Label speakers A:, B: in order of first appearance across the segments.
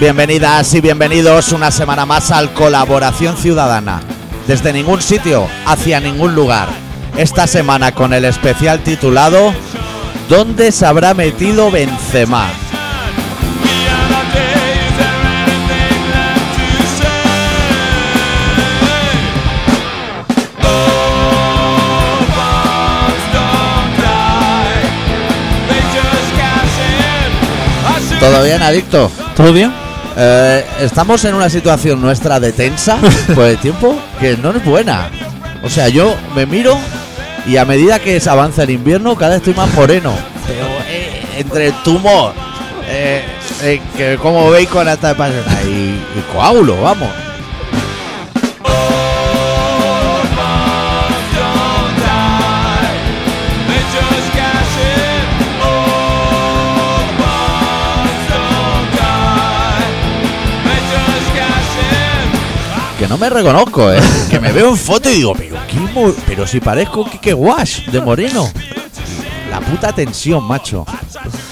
A: Bienvenidas y bienvenidos una semana más al Colaboración Ciudadana. Desde ningún sitio, hacia ningún lugar. Esta semana con el especial titulado ¿Dónde se habrá metido Benzema? ¿Todo bien, adicto?
B: ¿Todo bien?
A: Eh, estamos en una situación nuestra de tensa, pues de tiempo, que no es buena. O sea, yo me miro y a medida que se avanza el invierno, cada vez estoy más moreno. Pero, eh, entre el tumor, eh, eh, que como veis con esta pasada y, y coágulo, vamos.
C: Oh,
A: Que no me reconozco, eh. que me veo en foto y digo, pero, qué mo- pero si parezco Kike Wash de Moreno. La puta tensión, macho.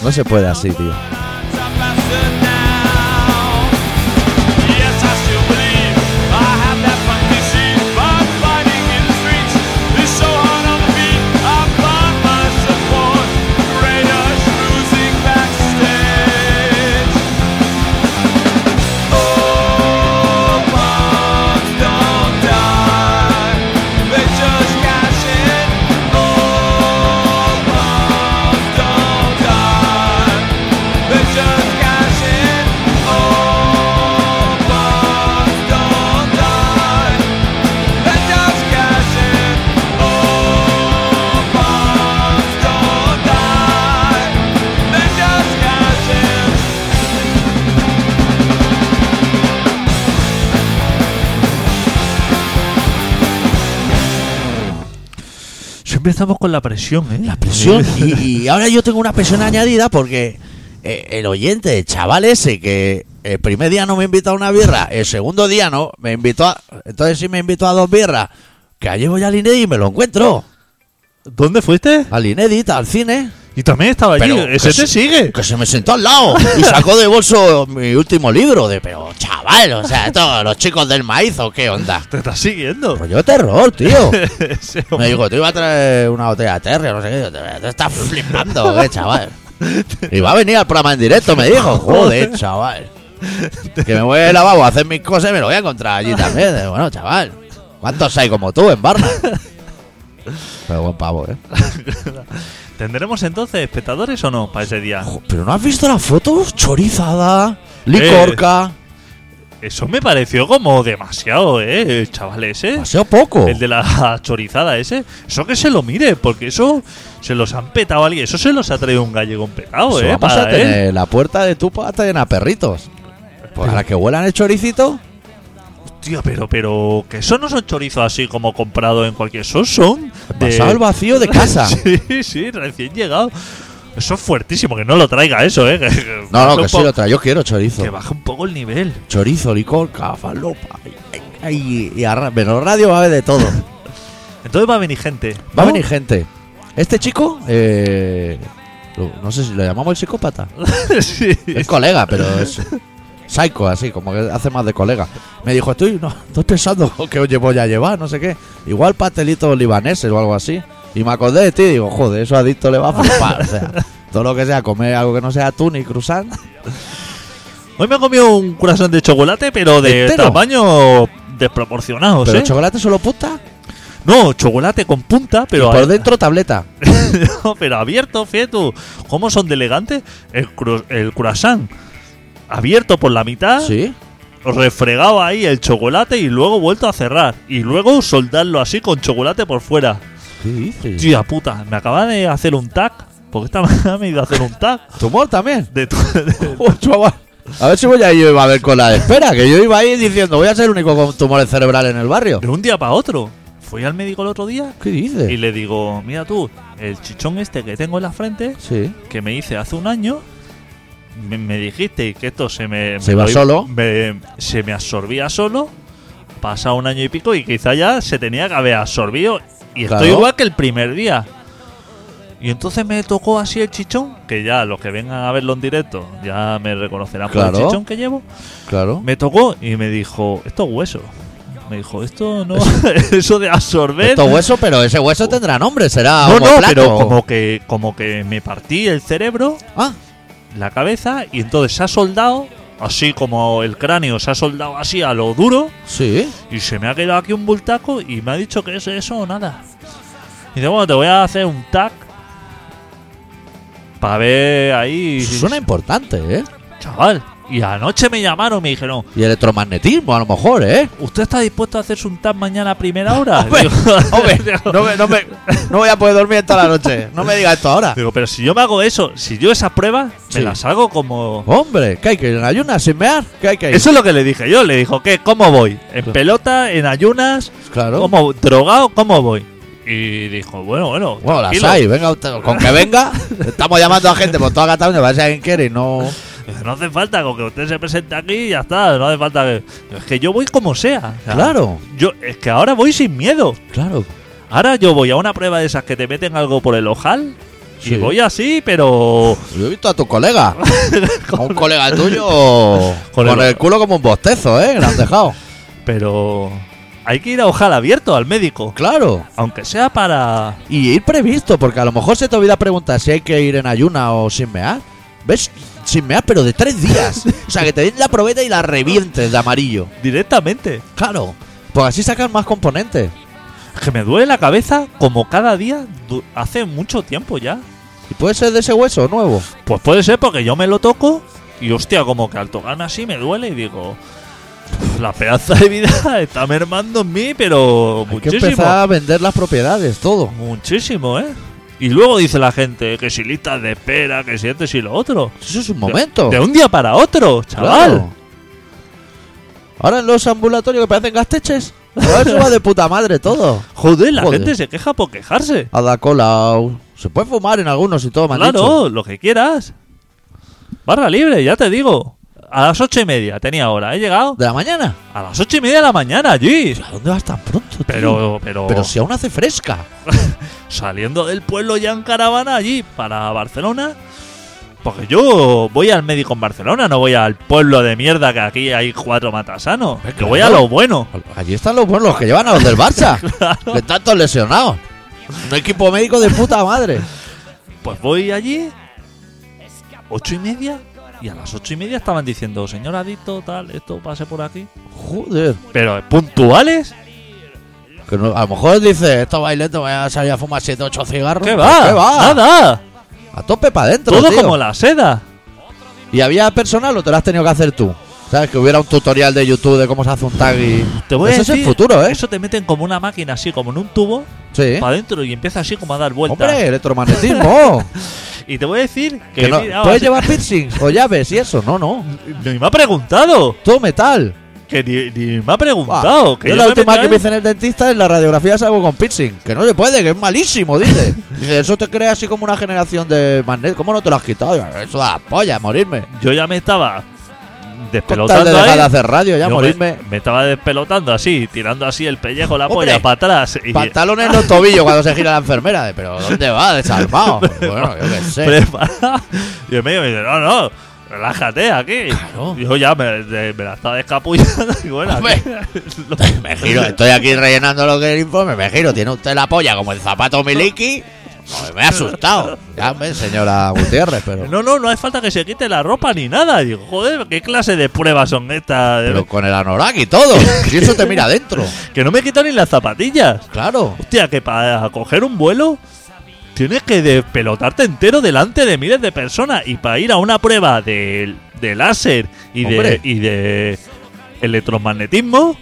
A: No se puede así, tío.
C: Oh, Oh,
B: Siempre estamos con la presión, ¿eh?
A: La presión. Y, y ahora yo tengo una presión añadida porque eh, el oyente, el chaval ese, que eh, el primer día no me invitó a una birra, el segundo día no, me invitó a. Entonces sí me invitó a dos birras. Que ayer voy al Inedi y me lo encuentro.
B: ¿Dónde fuiste?
A: Al Inedi, al cine.
B: Y también estaba allí.
A: Pero pues,
B: Ese
A: que se-
B: te sigue.
A: Que se me sentó al lado y sacó de bolso mi último libro. De pero chaval, o sea, todos los chicos del maíz o qué onda.
B: Te está siguiendo.
A: Rollo terror, tío.
B: Ese
A: Me
B: hombre.
A: dijo, te iba a traer una botella de terrio, no sé qué. Yo, Te, te estás flipando, eh, chaval. Y va a venir al programa en directo, me dijo. Joder, chaval. Que me voy al lavabo a hacer mis cosas y me lo voy a encontrar allí también. Digo, Bueno, chaval. ¿Cuántos hay como tú en Barna? Pero buen pavo, eh.
B: ¿Tendremos entonces espectadores o no para ese día?
A: Jo, Pero no has visto las fotos?
B: Eh.
A: Chorizada, licorca.
B: Eso me pareció como demasiado, ¿eh? El chaval ese.
A: Demasiado poco.
B: El de la chorizada ese. Eso que se lo mire, porque eso se los han petado a alguien. Eso se los ha traído un gallego un petado,
A: Eso,
B: ¿eh?
A: vamos a
B: Para él.
A: tener la puerta de tu pata llena de perritos. Pues a la que huelan el choricito.
B: Tío, pero, pero, que eso no son chorizos así como comprados en cualquier Eso Son de-
A: Pasado el vacío de casa.
B: sí, sí, recién llegado. Eso es fuertísimo, que no lo traiga eso, ¿eh? Que- que
A: No,
B: baje
A: no, que
B: un
A: sí
B: po-
A: lo trae. Yo quiero chorizo.
B: Que baje un poco el nivel.
A: Chorizo, licor, cafalopa. ay, ay, Y, arra- menos radio va a haber de todo.
B: Entonces va a venir gente.
A: Va a
B: ¿no?
A: venir gente. Este chico, eh, lo- no sé si lo llamamos el psicópata.
B: sí.
A: Es colega, pero es psycho, así, como que hace más de colega. Me dijo, estoy, no, estoy pensando que os voy a llevar, no sé qué. Igual pastelitos libaneses o algo así. Y me acordé de ti y digo, joder, eso adicto le va a flipar. O sea, todo lo que sea, comer algo que no sea atún y cruzar.
B: Hoy me he comido un corazón de chocolate, pero de
A: ¿Entero?
B: tamaño desproporcionado,
A: Pero
B: ¿eh?
A: chocolate solo punta.
B: no, chocolate con punta, pero
A: y por dentro tableta.
B: No, pero abierto, fíjate tú. ¿Cómo son de elegantes? El, cru- el croissant. Abierto por la mitad,
A: Sí.
B: refregado ahí el chocolate y luego vuelto a cerrar. Y luego soldarlo así con chocolate por fuera.
A: ¿Qué dices?
B: Tía puta, me acaba de hacer un tac. Porque esta mañana me he ido a hacer un tac.
A: ¿Tumor también?
B: De tu- de-
A: Oh, chaval. A ver si voy a ir a ver con la de espera, que yo iba ahí diciendo, voy a ser el único con tumores cerebrales en el barrio.
B: de un día para otro. Fui al médico el otro día
A: ¿Qué
B: y
A: dices?
B: le digo, mira tú, el chichón este que tengo en la frente,
A: Sí.
B: que me hice hace un año, me, me dijiste que esto se me...
A: Se
B: me
A: iba
B: lo-
A: solo.
B: me- se me absorbía solo, pasado un año y pico, y quizá ya se tenía que haber absorbido. Y
A: Claro.
B: estoy igual que el primer día. Y entonces me tocó así el chichón, que ya los que vengan a verlo en directo ya me reconocerán por el
A: Claro.
B: chichón que llevo.
A: Claro.
B: Me tocó y me dijo, esto es hueso. Me dijo, esto no, eso de absorber.
A: Esto hueso, pero ese hueso tendrá nombre, será
B: no,
A: homo
B: no,
A: plato.
B: pero como que, como que me partí el cerebro,
A: Ah,
B: la cabeza, y entonces se ha soldado, así como el cráneo se ha soldado así a lo duro,
A: sí.
B: y se me ha quedado aquí un bultaco y me ha dicho que es eso o nada. Y dice, bueno, te voy a hacer un tac para ver ahí. si-
A: Suena importante, ¿eh?
B: Chaval. Y anoche me llamaron, me dijeron,
A: Y electromagnetismo, a lo mejor, ¿eh?
B: ¿usted está dispuesto a hacerse un tac mañana a primera hora?
A: Hombre,
B: Digo-
A: hombre, no, me, no, me, no voy a poder dormir toda la noche. No me digas esto ahora.
B: Digo, pero si yo me hago eso, si yo esas pruebas,
A: Sí.
B: me las hago como.
A: Hombre, ¿qué hay que ir en ayunas sin mear? ¿Qué hay que ir?
B: Eso es lo que le dije yo. Le dijo, ¿qué? ¿Cómo voy? ¿En pelota? ¿En ayunas?
A: claro.
B: ¿Cómo? ¿Drogado? ¿Cómo voy? Y dijo, bueno, bueno.
A: Bueno, las
B: tranquilo.
A: hay, venga, usted, con que venga. Estamos llamando a gente por toda Cataluña para ver si alguien quiere y no.
B: Dice, No hace falta, con que usted se presente aquí y ya está. No hace falta que. Es que yo voy como sea. O sea,
A: Claro,
B: Yo, es que ahora voy sin miedo.
A: claro.
B: Ahora yo voy a una prueba de esas que te meten algo por el ojal.
A: Sí.
B: Y voy así, pero.
A: Yo he visto a tu colega, a un colega tuyo con
B: Con
A: el,
B: el-
A: culo como un bostezo, ¿eh? Que lo han dejado.
B: Pero. Hay que ir a ojal abierto al médico.
A: Claro.
B: Aunque sea para.
A: Y ir previsto, porque a lo mejor se te olvida preguntar si hay que ir en ayuna o sin mear. ¿Ves? Sin mear, pero de tres días. O sea, que te den la probeta y la revientes de amarillo.
B: directamente.
A: Claro. Pues así sacan más componentes.
B: Que me duele la cabeza como cada día du- hace mucho tiempo ya.
A: Y puede ser de ese hueso nuevo.
B: Pues puede ser porque yo me lo toco y hostia, como que al tocarme así me duele y digo, "Uf, la pedazo de vida está mermando en mí, pero
A: Hay que
B: muchísimo.
A: empezar a vender las propiedades, todo.
B: Muchísimo, ¿eh? Y luego dice la gente que si listas de espera, que si esto, si lo otro.
A: Eso es un momento.
B: De un día para otro, chaval.
A: Claro. Ahora en los ambulatorios que parecen gasteches. Ahora eso va de puta madre todo.
B: Joder, la
A: Joder.
B: gente se queja por quejarse.
A: A la cola. Se puede fumar en algunos y todo, me han dicho.
B: Claro, lo que quieras. Barra libre, ya te digo. A las ocho y media tenía hora, he llegado.
A: ¿De la mañana?
B: A las ocho y media de la mañana allí.
A: ¿A dónde vas tan pronto, tío?
B: Pero, pero,
A: Pero si aún hace fresca.
B: saliendo del pueblo ya en caravana allí para Barcelona. Porque yo voy al médico en Barcelona, no voy al pueblo de mierda que aquí hay cuatro matasanos.
A: Eh,
B: Que voy a
A: claro.
B: lo bueno.
A: Allí están los buenos, los que llevan a los del Barça. Que están todos lesionados. Un equipo médico de puta madre.
B: Pues voy allí, ocho y media, y a las ocho y media estaban diciendo, señor adicto, tal, esto pase por aquí.
A: Joder.
B: Pero puntuales,
A: Que no- a lo mejor dice, esto bailete, voy a salir a fumar 7, 8 cigarros. Pues,
B: ¿qué va?
A: ¿Qué va?
B: Nada,
A: A tope para adentro.
B: todo como la seda.
A: ¿Y había personal o te lo has tenido que hacer tú? ¿Sabes? Que hubiera un tutorial de YouTube de cómo se hace un tag y.
B: Te voy
A: Eso
B: a
A: es el
B: decir,
A: futuro, ¿eh?
B: Eso te meten como una máquina así, como en un tubo,
A: Sí.
B: para adentro y empieza así como a dar vueltas.
A: Hombre, electromagnetismo.
B: Y te voy a decir que,
A: que no,
B: mira,
A: ¿Puedes
B: o sea,
A: llevar piercings o llaves y eso? No, no.
B: ni me ha preguntado.
A: Todo metal.
B: Que ni, ni me ha
A: Buah.
B: preguntado. que
A: yo
B: yo
A: la
B: me
A: última
B: metí
A: que me
B: ahí.
A: hice en el dentista es la radiografía salgo con piercing. Que no se puede, que es malísimo, dice. Dice, eso te crea así como una generación de magnet. ¿Cómo no te lo has quitado? Eso da polla, morirme.
B: Yo ya me estaba
A: Con tal de
B: despelotando
A: dejar de
B: ahí.
A: hacer radio, ya
B: Yo me-
A: morirme.
B: Me, estaba despelotando así, tirando así el pellejo, la
A: Hombre.
B: polla para atrás. Y
A: Pantalones en los tobillos cuando se gira la enfermera. De, Pero ¿dónde va? Desarmado. bueno, yo qué sé.
B: preparado. Y en medio me dice, no, no, relájate aquí.
A: Claro.
B: Yo ya me, de- me la estaba descapullando. Y bueno, aquí- lo-
A: Me giro, estoy aquí rellenando lo que es el informe, me giro, tiene usted la polla como el zapato Miliki. Joder, me ha asustado. Ya ve, señora Gutiérrez, pero,
B: no, no, no hace falta que se quite la ropa ni nada. Y digo, joder, ¿qué clase de pruebas son estas?
A: pero con el anorak y todo. Si eso te mira adentro.
B: Que no me quito ni las zapatillas.
A: Claro.
B: Hostia, que para coger un vuelo tienes que despelotarte entero delante de miles de personas. Y para ir a una prueba de, de láser y
A: Hombre.
B: de, y de electromagnetismo,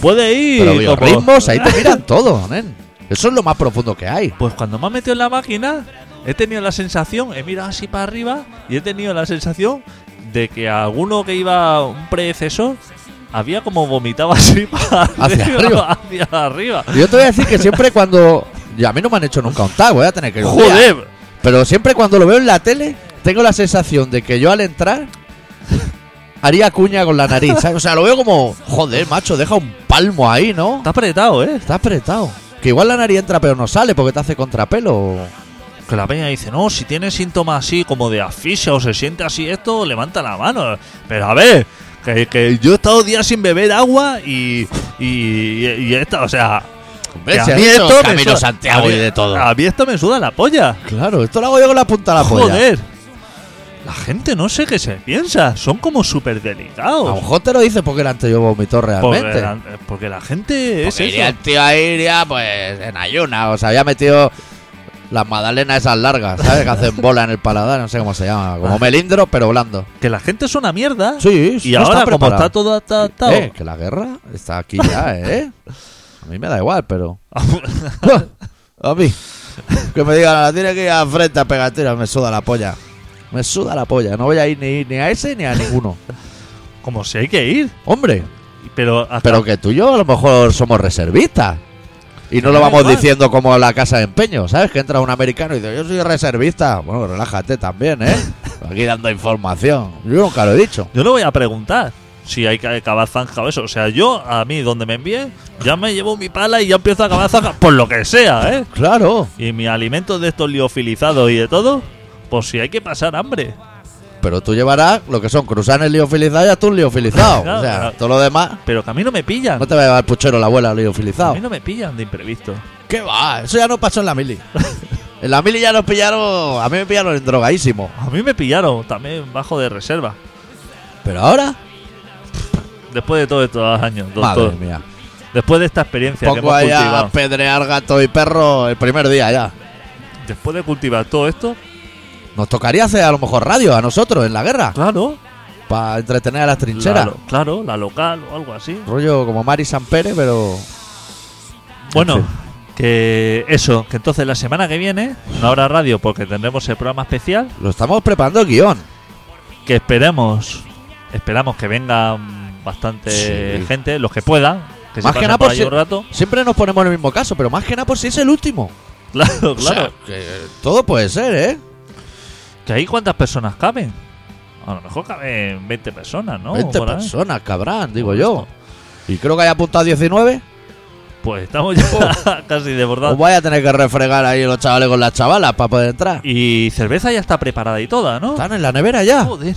B: puedes ir.
A: Pero
B: como-
A: biorritmos, ahí te miran todo, nen. Eso es lo más profundo que hay.
B: Pues cuando me han metido en la máquina, he tenido la sensación, he mirado así para arriba y he tenido la sensación de que alguno que iba un predecesor había como vomitado así para
A: Hacia arriba.
B: hacia arriba.
A: Yo te voy a decir que siempre cuando. Y a mí no me han hecho nunca un tag, voy a tener que ir un día.
B: Joder,
A: Pero siempre cuando lo veo en la tele, tengo la sensación de que yo al entrar haría cuña con la nariz. ¿sabes? O sea, lo veo como, joder, macho, deja un palmo ahí, ¿no?
B: está apretado, ¿eh?
A: Está apretado. Que igual la nariz entra pero no sale porque te hace contrapelo.
B: que la peña dice, no, si tiene síntomas así como de asfixia o se siente así esto, levanta la mano. Pero a ver, que, que yo he estado días sin beber agua y, y, y esta, o sea...
A: Hombre,
B: que a
A: se
B: mí
A: han hecho
B: esto me
A: Camino
B: suda-
A: Santiago
B: a
A: y
B: mí-
A: de todo.
B: A mí esto me suda la polla.
A: Claro, esto lo hago yo con la punta de la polla.
B: Joder. La gente no sé qué se piensa. Son como súper
A: A lo
B: delicados.
A: mejor te lo dices porque antes yo vomito
B: Porque
A: realmente.
B: la, porque la gente es
A: Porque
B: eso.
A: iría el tío ahí, iría pues en ayuna, o sea, había metido las magdalenas esas largas, ¿sabes? Que hacen bola en el paladar, no sé cómo se llama,
B: Ah.
A: como melindros pero blando.
B: Que la gente es una mierda.
A: Sí,
B: y ahora, como
A: preparado.
B: está todo atado.
A: Eh, que la guerra está aquí ya, ¿eh? A mí me da igual, pero... a mí. Que me digan, "Ahora tienes que ir a la frente a pegar tiros", me suda la polla. Me suda la polla, no voy a ir ni, ni a ese ni a ninguno.
B: como si hay que ir.
A: Hombre,
B: Pero hasta-
A: pero que tú y yo a lo mejor somos reservistas. Y no
B: Me
A: lo
B: da
A: vamos
B: igual.
A: diciendo como la casa de empeño, ¿sabes? Que entra un americano y dice, yo soy reservista. Bueno, relájate también, ¿eh? Aquí dando información. Yo nunca lo he dicho.
B: yo no voy a preguntar si hay que acabar zanja o eso. O sea, yo a mí donde me envíen, ya me llevo mi pala y ya empiezo a acabar zanja. por lo que sea, ¿eh?
A: Claro.
B: Y mis alimentos de estos liofilizados y de todo, pues si hay que pasar hambre.
A: Pero tú llevarás lo que son cruzanes liofilizados y atún liofilizado.
B: Claro,
A: o sea,
B: claro.
A: todo lo demás.
B: Pero que a mí no me pillan.
A: No te va a llevar puchero la abuela
B: A
A: liofilizado.
B: mí no me pillan de imprevisto.
A: ¿Qué va? Eso ya no pasó en la mili. en la mili ya nos pillaron. A mí me pillaron en drogadísimo.
B: A mí me pillaron también bajo de reserva.
A: Pero ahora,
B: Después de todos estos años,
A: madre
B: doctor.
A: mía.
B: Después de esta experiencia que
A: Pongo
B: hemos
A: ahí a
B: cultivado.
A: apedrear gato y perro el primer día ya.
B: Después de cultivar todo esto,
A: Nos tocaría hacer a lo mejor radio a nosotros en la guerra.
B: claro.
A: Para entretener a las
B: La,
A: trincheras.
B: lo- claro, la local o algo así.
A: Rollo como Mari San Pérez, pero.
B: Bueno,
A: Sí.
B: que eso, que entonces la semana que viene no habrá radio porque tendremos el programa especial
A: Lo estamos preparando el guión.
B: que esperemos, esperamos que vengan bastante
A: Sí.
B: gente, los que puedan, que
A: Más que
B: se pasen
A: nada
B: por
A: por
B: ahí
A: si-
B: un rato.
A: Siempre nos ponemos en el mismo caso, pero más que nada por si es el último.
B: Claro, claro.
A: O sea, que todo puede ser, ¿eh?
B: que ahí cuántas personas caben. A lo mejor caben 20 personas, ¿no?
A: 20
B: Por ahí.
A: personas, cabrón, digo yo. Y creo que hay apuntado 19.
B: Pues estamos
A: Oh.
B: ya casi
A: Os
B: desbordados.
A: voy a tener que refregar ahí los chavales con las chavalas para poder entrar.
B: Y cerveza ya está preparada y toda, ¿no?
A: Están en la nevera ya.
B: Joder.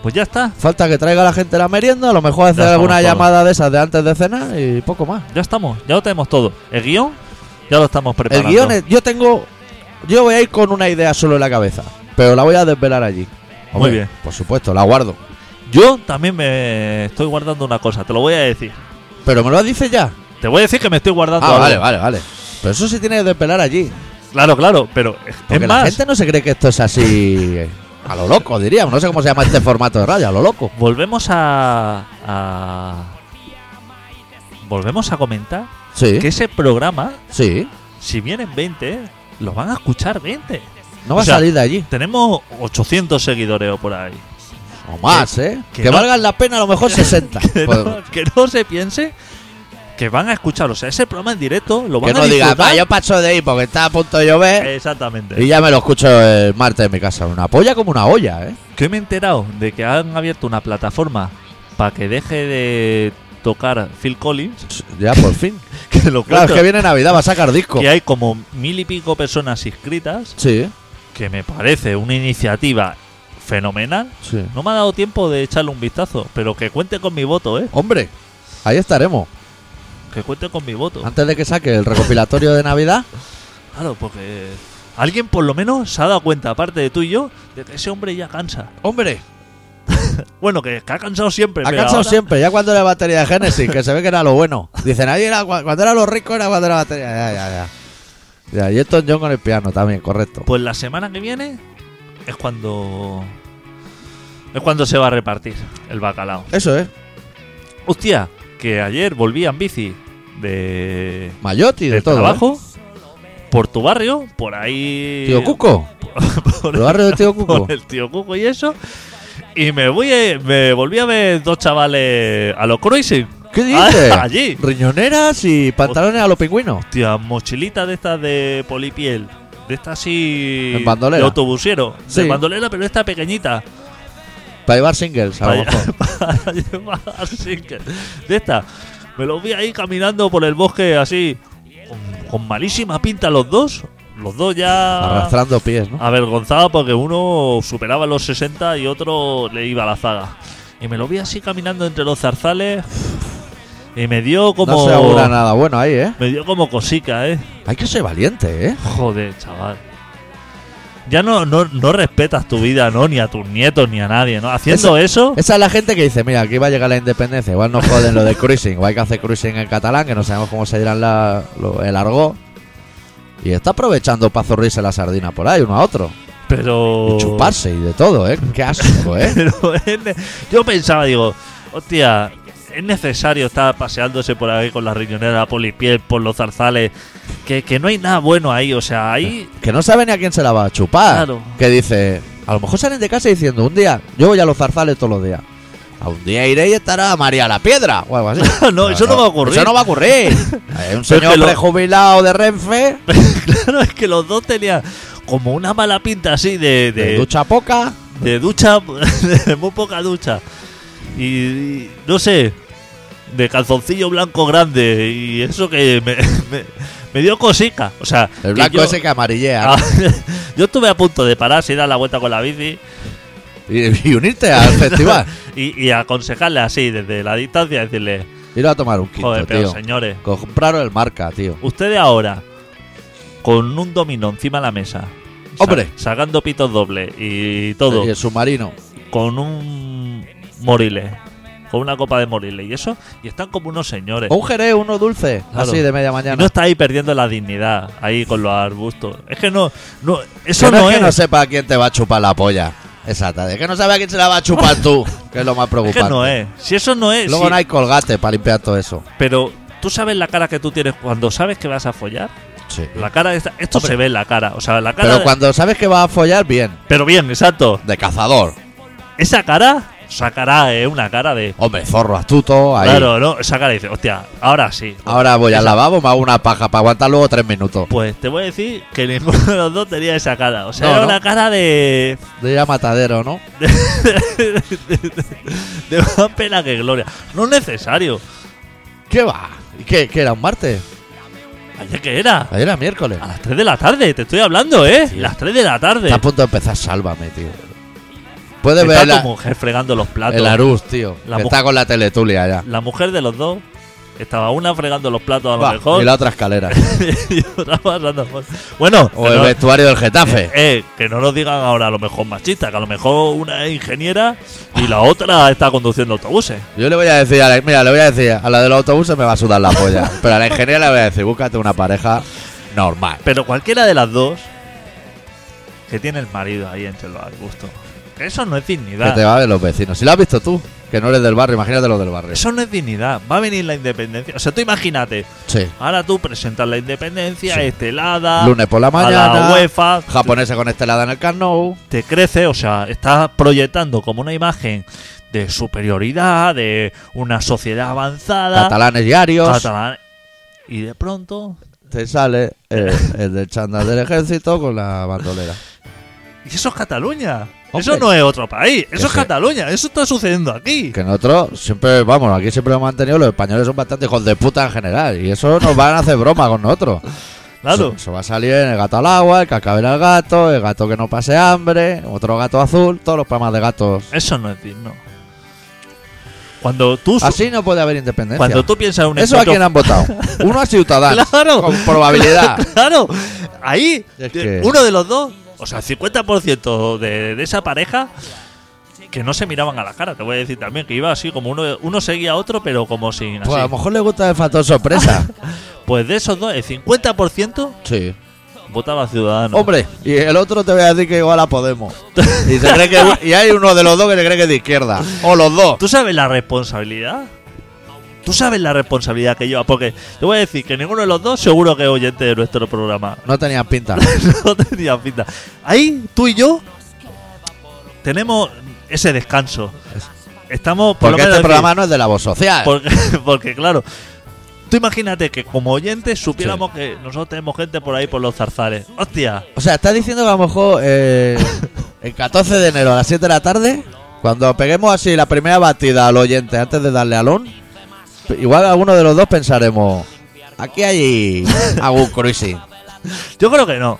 B: Pues ya está.
A: Falta que traiga la gente la merienda, a lo mejor hacer
B: estamos
A: alguna
B: todos.
A: llamada de esas de antes de cenar y poco más.
B: Ya estamos, ya lo tenemos todo. El guión, ya lo estamos
A: El
B: preparando.
A: guión es, yo tengo, yo voy a ir con una idea solo en la cabeza, pero la voy a desvelar allí.
B: Muy bien.
A: Por supuesto, la guardo.
B: Yo también me estoy guardando una cosa, te lo voy a decir.
A: Pero me lo dices ya.
B: Te voy a decir que me estoy guardando
A: Ah,
B: algo.
A: vale, vale, vale. Pero eso se tiene que desvelar allí.
B: Claro, claro, pero es-
A: Porque
B: es
A: la
B: más,
A: gente no se cree que esto es así eh, a lo loco, diríamos. No sé cómo se llama este formato de radio, a lo loco.
B: volvemos a, a- volvemos a comentar
A: Sí,
B: que ese programa,
A: sí.
B: si vienen 20, lo van a escuchar 20.
A: No
B: O
A: va
B: sea-
A: a salir de allí.
B: Tenemos 800 seguidores o por ahí.
A: O más, ¿eh?
B: que
A: Que,
B: no-
A: valgan la pena a lo mejor 60.
B: Que,
A: Pues,
B: no, que no se piense que van a escuchar, o sea, ese programa en directo lo van
A: que
B: a
A: no digas,
B: disfrutar.
A: "Va, yo paso de ahí porque está a punto de llover.
B: Exactamente.
A: Y ya me lo escucho el martes en mi casa. Una polla como una olla, ¿eh?
B: Que hoy me he enterado de que han abierto una plataforma para que deje de tocar Phil Collins.
A: Ya por fin.
B: Que
A: Claro,
B: lo
A: es
B: cuento,
A: que viene Navidad, va a sacar disco.
B: que hay como mil y pico personas inscritas,
A: Sí,
B: que me parece una iniciativa fenomenal.
A: sí.
B: No me ha dado tiempo de echarle un vistazo, pero que cuente con mi voto, ¿eh?
A: Hombre, ahí estaremos.
B: Que cuente con mi voto.
A: Antes de que saque el recopilatorio de Navidad,
B: Claro, porque alguien por lo menos se ha dado cuenta, aparte de tú y yo, de que ese hombre ya cansa.
A: hombre,
B: Bueno, que, que ha cansado siempre.
A: ha
B: pero
A: cansado
B: ahora-
A: siempre. Ya cuando era batería de Genesis, que se ve que era lo bueno. Dicen, ahí era cua- cuando era lo rico, era cuando era batería. Ya, ya, ya. Ya, y esto John con el piano también, correcto.
B: Pues la semana que viene es cuando. Es cuando se va a repartir el bacalao.
A: Eso es.
B: Hostia, que ayer volví en bici de.
A: Mayotti, de
B: del
A: todo. ¿eh?
B: trabajo. Por tu barrio, por ahí.
A: Tío Cuco.
B: por,
A: El barrio de Tío Cuco.
B: por el tío Cuco y eso. Y me voy a- me volví a ver dos chavales a los cruising.
A: ¿Qué dices?
B: Ah, Allí.
A: Riñoneras y pantalones a los pingüinos.
B: Hostia, mochilita de estas de polipiel. De esta así.
A: En bandolera.
B: De autobusero. De
A: Sí.
B: bandolera, pero esta pequeñita.
A: Para llevar singles, a lo
B: Para-
A: mejor.
B: para llevar así que- de esta. Me los vi ahí caminando por el bosque así, con, con malísima pinta los dos. los dos ya
A: Arrastrando pies,
B: Ah,
A: ¿no?
B: avergonzado porque uno superaba los 60 y otro le iba a la zaga. Y me lo vi así caminando entre los zarzales y me dio como...
A: No se augura nada bueno ahí, ¿eh?
B: me dio como cosica, ¿eh?
A: Hay que ser valiente, ¿eh?
B: Joder, chaval. Ya no, no, no respetas tu vida, ¿no? Ni a tus nietos, ni a nadie, ¿no? Haciendo eso...
A: Esa es la gente que dice, mira, aquí va a llegar la independencia, igual nos joden lo de cruising, o hay que hacer cruising en catalán, que no sabemos cómo se dirán la, lo- el argot. Y está aprovechando para zurrirse la sardina por ahí, uno a otro.
B: Pero...
A: Y chuparse y de todo, ¿eh? Qué asco, ¿eh?
B: Pero es ne- yo pensaba, digo, hostia, es necesario estar paseándose por ahí con la riñonera, la polipiel, por los zarzales, que, que no hay nada bueno ahí, o sea, ahí
A: Que no sabe ni a quién se la va a chupar.
B: Claro.
A: Que dice, a lo mejor salen de casa diciendo, un día, yo voy a los zarzales todos los días. A un día iré y estará María la Piedra o algo así.
B: No, eso no va a ocurrir.
A: Eso no va a ocurrir. Hay un
B: Pero es
A: señor
B: que lo-
A: prejubilado de Renfe,
B: claro, es que los dos tenían como una mala pinta así de,
A: de
B: de,
A: ducha poca.
B: de ducha, de muy poca ducha. Y, y no sé, de calzoncillo blanco grande y eso que me, me- me dio cosica. O sea,
A: El
B: que
A: blanco
B: yo-
A: ese que amarillea.
B: Ah, yo estuve a punto de parar y dar la vuelta con la bici
A: Y, y unirte al festival.
B: y, y aconsejarle así desde la distancia, decirle,
A: Ir a tomar un quinto,
B: joder, pero
A: tío.
B: señores,
A: Compraron el marca, tío.
B: ustedes ahora, con un dominó encima de la mesa, sa-
A: Hombre.
B: sacando pitos dobles y todo,
A: Y el submarino.
B: con un morile, con una copa de morile y eso, y están como unos señores.
A: O un jerez, uno dulce.
B: Claro.
A: Así de media
B: Y
A: mañana.
B: no está ahí perdiendo la dignidad, ahí con los arbustos. Es que no, no eso
A: Que no,
B: no
A: es que no sepa a quién te va a chupar la polla. Exacta. Es que no sabe a quién se la va a chupar tú. Que es lo más
B: es
A: preocupante.
B: que no es. Si eso no es,
A: Luego
B: si-
A: no hay colgate para limpiar todo eso.
B: Pero tú sabes la cara que tú tienes cuando sabes que vas a follar.
A: Sí.
B: La cara esta- esto se ve en la cara, o sea, la cara.
A: Pero cuando sabes que vas a follar, bien.
B: Pero bien, exacto.
A: De cazador.
B: Esa cara, esa cara es una cara de.
A: Hombre, zorro astuto. Ahí.
B: Claro, no, esa cara dice, hostia, ahora sí.
A: Ahora voy al lavabo, me hago una paja para aguantar luego tres minutos.
B: Pues te voy a decir que ninguno de los dos tenía esa cara. O sea,
A: No,
B: era
A: no.
B: una cara de.
A: De ir a matadero, ¿no?
B: de más pena que gloria. No es necesario.
A: ¿Qué va? ¿Y ¿Qué, qué era un martes?
B: ¿Ayer qué era?
A: Ayer era miércoles.
B: A las 3 de la tarde, te estoy hablando, ¿eh? Las 3 de la tarde.
A: Está a punto de empezar, sálvame, tío. Puedes
B: Está
A: ver la-
B: tu mujer fregando los platos.
A: el Arús, tío.
B: La
A: que
B: mu-
A: está con la teletulia ya.
B: La mujer de los dos estaba una fregando los platos a lo
A: Va,
B: mejor
A: y la otra escalera.
B: y otra pasando por- pues. Bueno,
A: o
B: que
A: el
B: no-
A: vestuario del Getafe.
B: eh, que no nos digan ahora a lo mejor machista, que a lo mejor una es ingeniera y la otra está conduciendo autobuses.
A: Yo le voy a decir, a la, mira, le voy a decir, a la de los autobuses me va a sudar la polla. pero a la ingeniera le voy a decir, búscate una pareja normal.
B: Pero cualquiera de las dos que tiene el marido ahí entre los arbustos. Que Eso no es
A: Que te
B: dignidad.
A: va a ver los vecinos. Si lo has visto tú, que no eres del barrio, imagínate los del barrio.
B: Eso no es dignidad. Va a venir la independencia. O sea, tú imagínate.
A: Sí.
B: Ahora tú presentas la independencia,
A: Sí.
B: estelada,
A: Ah, Lunes por la
B: a
A: mañana.
B: la UEFA,
A: Japonesa con estelada en el Camp Nou.
B: te crece, o sea, estás proyectando como una imagen de superioridad, de una sociedad avanzada,
A: Catalanes diarios.
B: catalán, y de pronto,
A: Te sale eh, el del chándal del ejército con la bandolera.
B: y eso es Cataluña,
A: Hombre.
B: eso no es otro país, eso es
A: se-
B: Cataluña, eso está sucediendo aquí.
A: Que nosotros siempre, vamos, aquí siempre lo hemos mantenido, los españoles son bastante hijos de puta en general. Y eso nos van a hacer broma con nosotros.
B: Claro,
A: Eso, eso va a salir en el gato al agua, el cacabel al gato, el gato que no pase hambre, otro gato azul, todos los programas de gatos.
B: eso no es digno. Cuando tú, su-
A: Así no puede haber independencia.
B: cuando tú piensas en un
A: eso a
B: encuentro-
A: quién han votado. Uno a Ciudadanos.
B: Claro.
A: Con probabilidad.
B: Claro, ahí
A: Es
B: de-
A: que-
B: uno de los dos, o sea, el 50% de, de esa pareja que no se miraban a la cara, te voy a decir también que iba así como uno uno seguía a otro, pero como sin así.
A: Pues a lo mejor le gusta el factor sorpresa.
B: Pues de esos dos, el 50%
A: Sí.
B: votaba ciudadano.
A: Hombre, y el otro te voy a decir que igual a Podemos. Y, se cree que, y hay uno de los dos que se cree que es de izquierda. O los dos.
B: ¿Tú sabes la responsabilidad? ¿Tú sabes la responsabilidad que lleva? Porque te voy a decir que ninguno de los dos seguro que es oyente de nuestro programa.
A: No tenían pinta.
B: no tenía pinta. Ahí, tú y yo, tenemos ese descanso. Estamos por lo
A: Porque
B: menos
A: este
B: decir,
A: programa no es de la voz social.
B: Porque, porque, claro, tú imagínate que como oyentes supiéramos que nosotros tenemos gente por ahí por los zarzales. Hostia,
A: O sea, estás diciendo que a lo mejor eh, el 14 de enero a las 7 de la tarde, cuando peguemos así la primera batida al oyente antes de darle al on, p- igual alguno de los dos pensaremos, aquí hay algún cruising.
B: yo creo que no.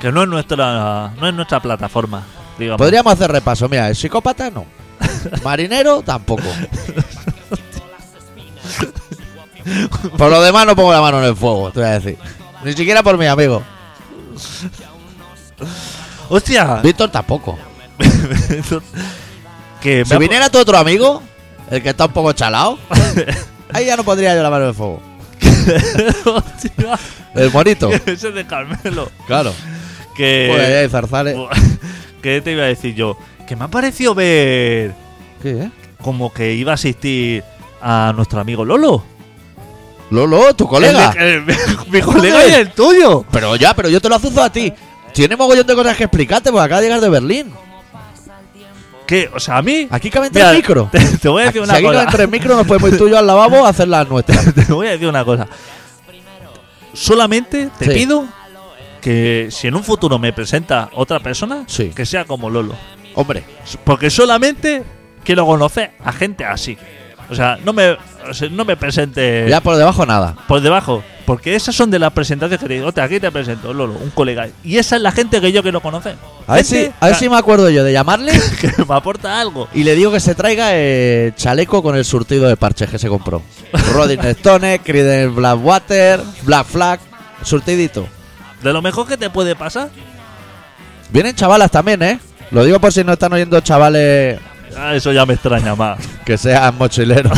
B: Que no es nuestra, no es nuestra plataforma, digamos.
A: Podríamos hacer repaso. Mira, el psicópata no. Marinero tampoco. por lo demás no pongo la mano en el fuego, te voy a decir. Ni siquiera por mi amigo.
B: ¡Hostia!
A: Víctor tampoco.
B: que me
A: Si
B: ha-
A: viniera tu otro amigo, el que está un poco chalado, ahí ya no pondría yo la mano en el fuego.
B: Hostia,
A: El bonito.
B: Ese de Carmelo.
A: Claro.
B: Que.
A: Por ahí hay eh, zarzales.
B: ¿Qué te iba a decir yo? Que me ha parecido ver
A: ¿Qué, eh?
B: como que iba a asistir a nuestro amigo Lolo.
A: Lolo, tu colega.
B: El de- el- mi- mi colega y el tuyo.
A: Pero ya, pero yo te lo azuzo a ti. Tiene mogollón de cosas que explicarte porque acaba de llegar de Berlín.
B: Que, o sea, a mí.
A: Aquí cabe entre
B: Mira,
A: el micro.
B: Te, te voy a
A: Aquí,
B: decir
A: si
B: una
A: aquí cabe
B: cosa.
A: entre el micro, nos podemos ir tú y yo al lavabo a hacer las nuestras.
B: Te voy a decir una cosa. Solamente te
A: Sí.
B: pido que si en un futuro me presenta otra persona,
A: Sí.
B: que sea como Lolo.
A: Hombre,
B: Porque solamente quiero conocer a gente así. O sea, no me, o sea, no me presente
A: ya por debajo nada.
B: por debajo. Porque esas son de las presentaciones que te digo, "Hostia, aquí te presento, Lolo, un colega. Y esa es la gente que yo quiero conocer.
A: A ver, si,
B: Gente
A: a ver
B: ca-
A: si me acuerdo yo de llamarle
B: que me aporta algo.
A: y le digo que se traiga eh, chaleco con el surtido de parches que se compró. Rodin Stone, Creedence Blackwater, Black Flag, surtidito.
B: De lo mejor que te puede pasar,
A: Vienen chavalas también, ¿eh? Lo digo por si no están oyendo chavales
B: ah, eso ya me extraña más.
A: que sean mochileros.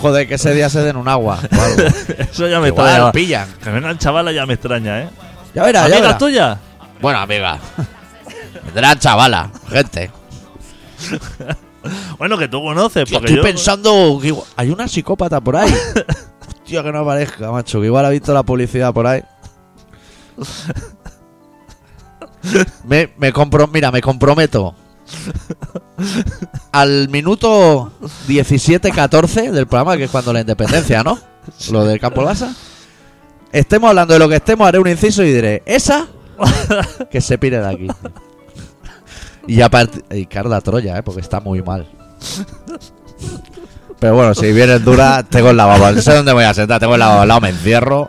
A: Joder, que ese día se den un agua. o algo.
B: Eso ya me
A: Igual
B: extraña.
A: lo
B: más.
A: pillan.
B: Que vengan chavalas ya me extraña, ¿eh?
A: Ya verás, ya
B: Amigas
A: verás.
B: tuyas.
A: Bueno, amiga. Vendrán chavala, gente.
B: Bueno, que tú conoces,
A: Tío,
B: porque
A: estoy
B: yo.
A: pensando que igual- hay una psicópata por ahí. Hostia, que no aparezca, macho. Que igual ha visto la publicidad por ahí. Me, me compro, mira, me comprometo. Al minuto 17-14 del programa, que es cuando la independencia, ¿no? Lo del Campo Lasa. Estemos hablando de lo que estemos, haré un inciso y diré, esa que se pire de aquí. Y aparte, y Carla Troya, ¿eh? porque está muy mal. Pero bueno, si vienes dura, tengo el lavabo. No sé dónde voy a sentar, tengo el lavabo al lado, me encierro.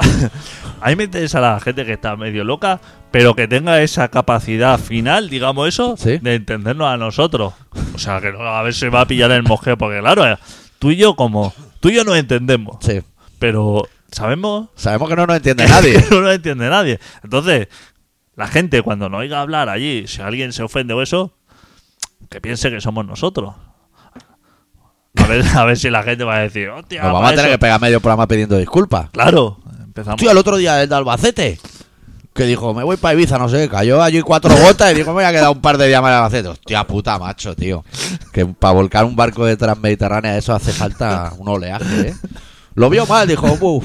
B: A mí me interesa la gente que está medio loca, pero que tenga esa capacidad final, digamos eso,
A: Sí.
B: de entendernos a nosotros. O sea, que no, a ver si va a pillar el mosqueo, porque claro, eh, tú y yo como. Tú y yo nos entendemos,
A: Sí,
B: pero sabemos
A: sabemos que no nos entiende
B: que
A: nadie.
B: no nos entiende nadie. Entonces, la gente cuando nos oiga hablar allí, si alguien se ofende o eso, que piense que somos nosotros. A ver, a ver si la gente va a decir, hostia,
A: Nos vamos
B: para
A: a tener
B: eso".
A: que pegar medio programa pidiendo disculpas.
B: Claro, empezamos.
A: Tío, el otro día el de Albacete, que dijo, me voy para Ibiza, no sé, cayó allí cuatro gotas y dijo, me voy a quedar un par de días más en Albacete. Hostia puta, macho, tío. Que para volcar un barco de Transmediterránea eso hace falta un oleaje, ¿eh? Lo vio mal, dijo, uff,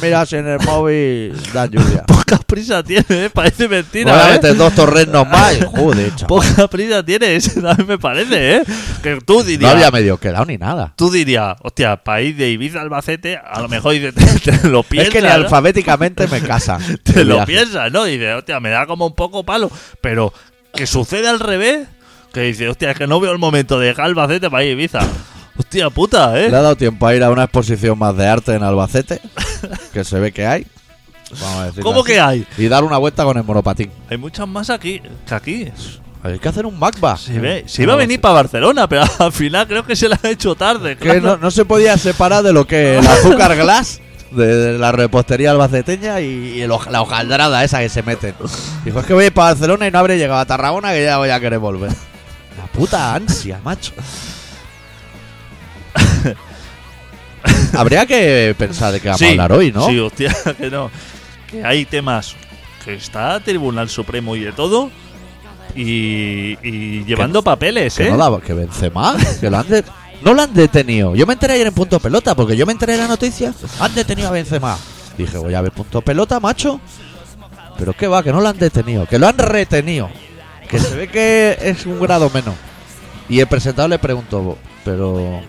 A: mira si en el móvil da lluvia.
B: Poca prisa tiene, ¿eh? parece mentira.
A: Voy a
B: Pues ¿eh? Pues
A: meter dos torrenos más y, joder, chaval.
B: Poca prisa tiene, ese también me parece, ¿eh? Que tú
A: No
B: dirías,
A: había medio quedado ni nada.
B: tú dirías, hostia, país de Ibiza, Albacete, a lo mejor dices, te, te lo piensas.
A: es que ni
B: ¿no?
A: alfabéticamente me casan.
B: Te
A: el
B: lo
A: viaje.
B: piensas, ¿no? Dices, hostia, me da como un poco palo. Pero que sucede al revés, que dices, hostia, es que no veo el momento de dejar Albacete para ir a Ibiza. Hostia puta, ¿eh?
A: Le ha dado tiempo a ir a una exposición más de arte en Albacete, que se ve que hay. Vamos a decirlo
B: ¿Cómo
A: así.
B: que hay?
A: Y dar una vuelta con el monopatín.
B: Hay muchas más aquí que aquí.
A: Hay que hacer un MACBA.
B: Se, ve, se iba a venir para Barcelona, pero al final creo que se la ha hecho tarde.
A: Que
B: claro.
A: no, no se podía separar de lo que el azúcar glass de, de la repostería albaceteña y, y el hoja- la hojaldrada esa que se meten. Dijo, es que voy a ir para Barcelona y no habré llegado a Tarragona que ya voy a querer volver. La puta ansia, macho. Habría que pensar de qué vamos a hablar hoy, ¿no?
B: Sí, hostia, que no. Que hay temas que está Tribunal Supremo y de todo. Y, y llevando papeles,
A: Pues que
B: ¿eh?
A: no la- que Benzema, que lo han de- no lo han detenido. Yo me enteré ayer en Punto Pelota, porque yo me enteré de la noticia, han detenido a Benzema. Dije, voy a ver Punto Pelota, macho. Pero qué va, que no lo han detenido, que lo han retenido. Que se ve que es un grado menos. Y el presentador le preguntó, pero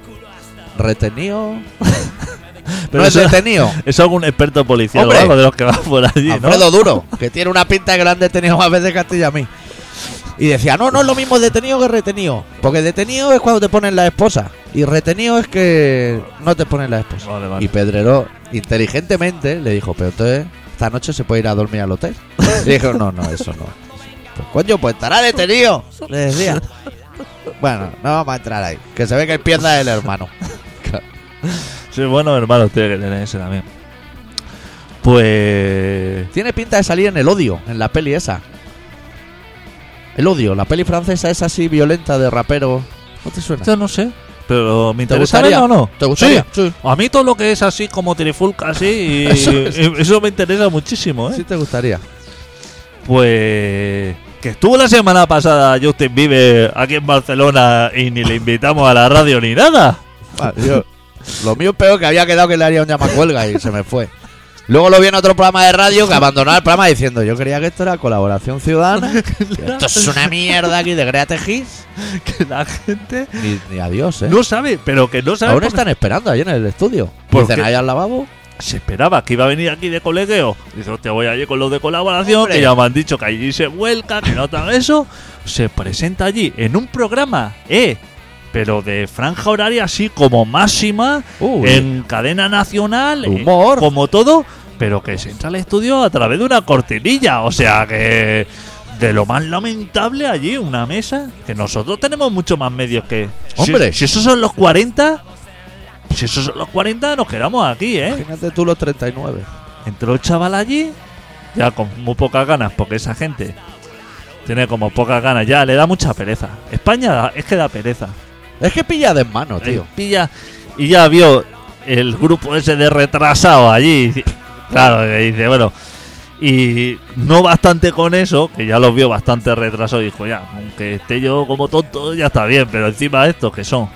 A: retenido.
B: Pero
A: no es
B: eso-
A: detenido.
B: Es algún experto policial
A: Hombre.
B: o algo de los que van por allí, ¿no?
A: Alfredo Duro, que tiene una pinta de que lo han detenido más veces que a ti y a mí. Y decía, no, no es lo mismo detenido que retenido. Porque detenido es cuando te ponen la esposa. Y retenido es que no te ponen la esposa.
B: Vale, vale.
A: Y Pedrero, inteligentemente, le dijo, pero entonces esta noche se puede ir a dormir al hotel. Y dijo, no, no, eso no. Pues, coño, pues estará detenido, le decía. Bueno, no vamos a entrar ahí. Que se ve que pierda el hermano.
B: Sí, bueno, hermano, tiene que tener ese también. Pues.
A: Tiene pinta de salir en el odio, en la peli esa. El odio, la peli francesa es así violenta de rapero. ¿No te suena?
B: Yo no sé. Pero me
A: ¿Te
B: interesa
A: gustaría?
B: verla o no.
A: ¿Te gustaría? Sí.
B: A mí todo lo que es así como Trifulca así, y-
A: Eso
B: y-
A: es.
B: eso, me interesa muchísimo, ¿eh?
A: Sí te gustaría.
B: Pues que estuvo la semana pasada Justin Bieber aquí en Barcelona y ni le invitamos a la radio ni nada.
A: Ah, yo- lo mío es peor que había quedado que le haría un llamacuelga y se me fue. Luego lo vi en otro programa de radio que abandonaba el programa diciendo yo creía que esto era colaboración ciudadana. que esto es una mierda aquí de Grea Tejís.
B: Que la gente
A: Ni, ni adiós, ¿eh?
B: no sabe, pero que no sabe.
A: Aún
B: por-
A: están esperando ahí en el estudio.
B: ¿Por
A: Dicen
B: qué?
A: ahí al lavabo.
B: Se esperaba que iba a venir aquí de colegueo. Dice, hostia, voy allí con los de colaboración,
A: Hombre.
B: que ya me han dicho que allí se vuelca, que notan eso. Se presenta allí en un programa, ¿eh? Pero de franja horaria así como máxima,
A: Uy.
B: en cadena nacional, eh,
A: Humor.
B: como todo, pero que se entra al estudio a través de una cortinilla. O sea que de lo más lamentable allí, una mesa, que nosotros tenemos mucho más medios que... Si-
A: Hombre.
B: Si, esos son los 40... Si esos son los 40, nos quedamos aquí, ¿eh?
A: Imagínate tú los 39.
B: Entró el chaval allí, ya con muy pocas ganas, porque esa gente tiene como pocas ganas, ya le da mucha pereza. España da- es que da pereza.
A: Es que pilla de mano,
B: Eh,
A: tío.
B: Pilla, y ya vio el grupo ese de retrasado allí. y dice- Claro, que dice, bueno. Y no bastante con eso, que ya los vio bastante retrasado, dijo, ya, aunque esté yo como tonto, ya está bien, pero encima estos que son.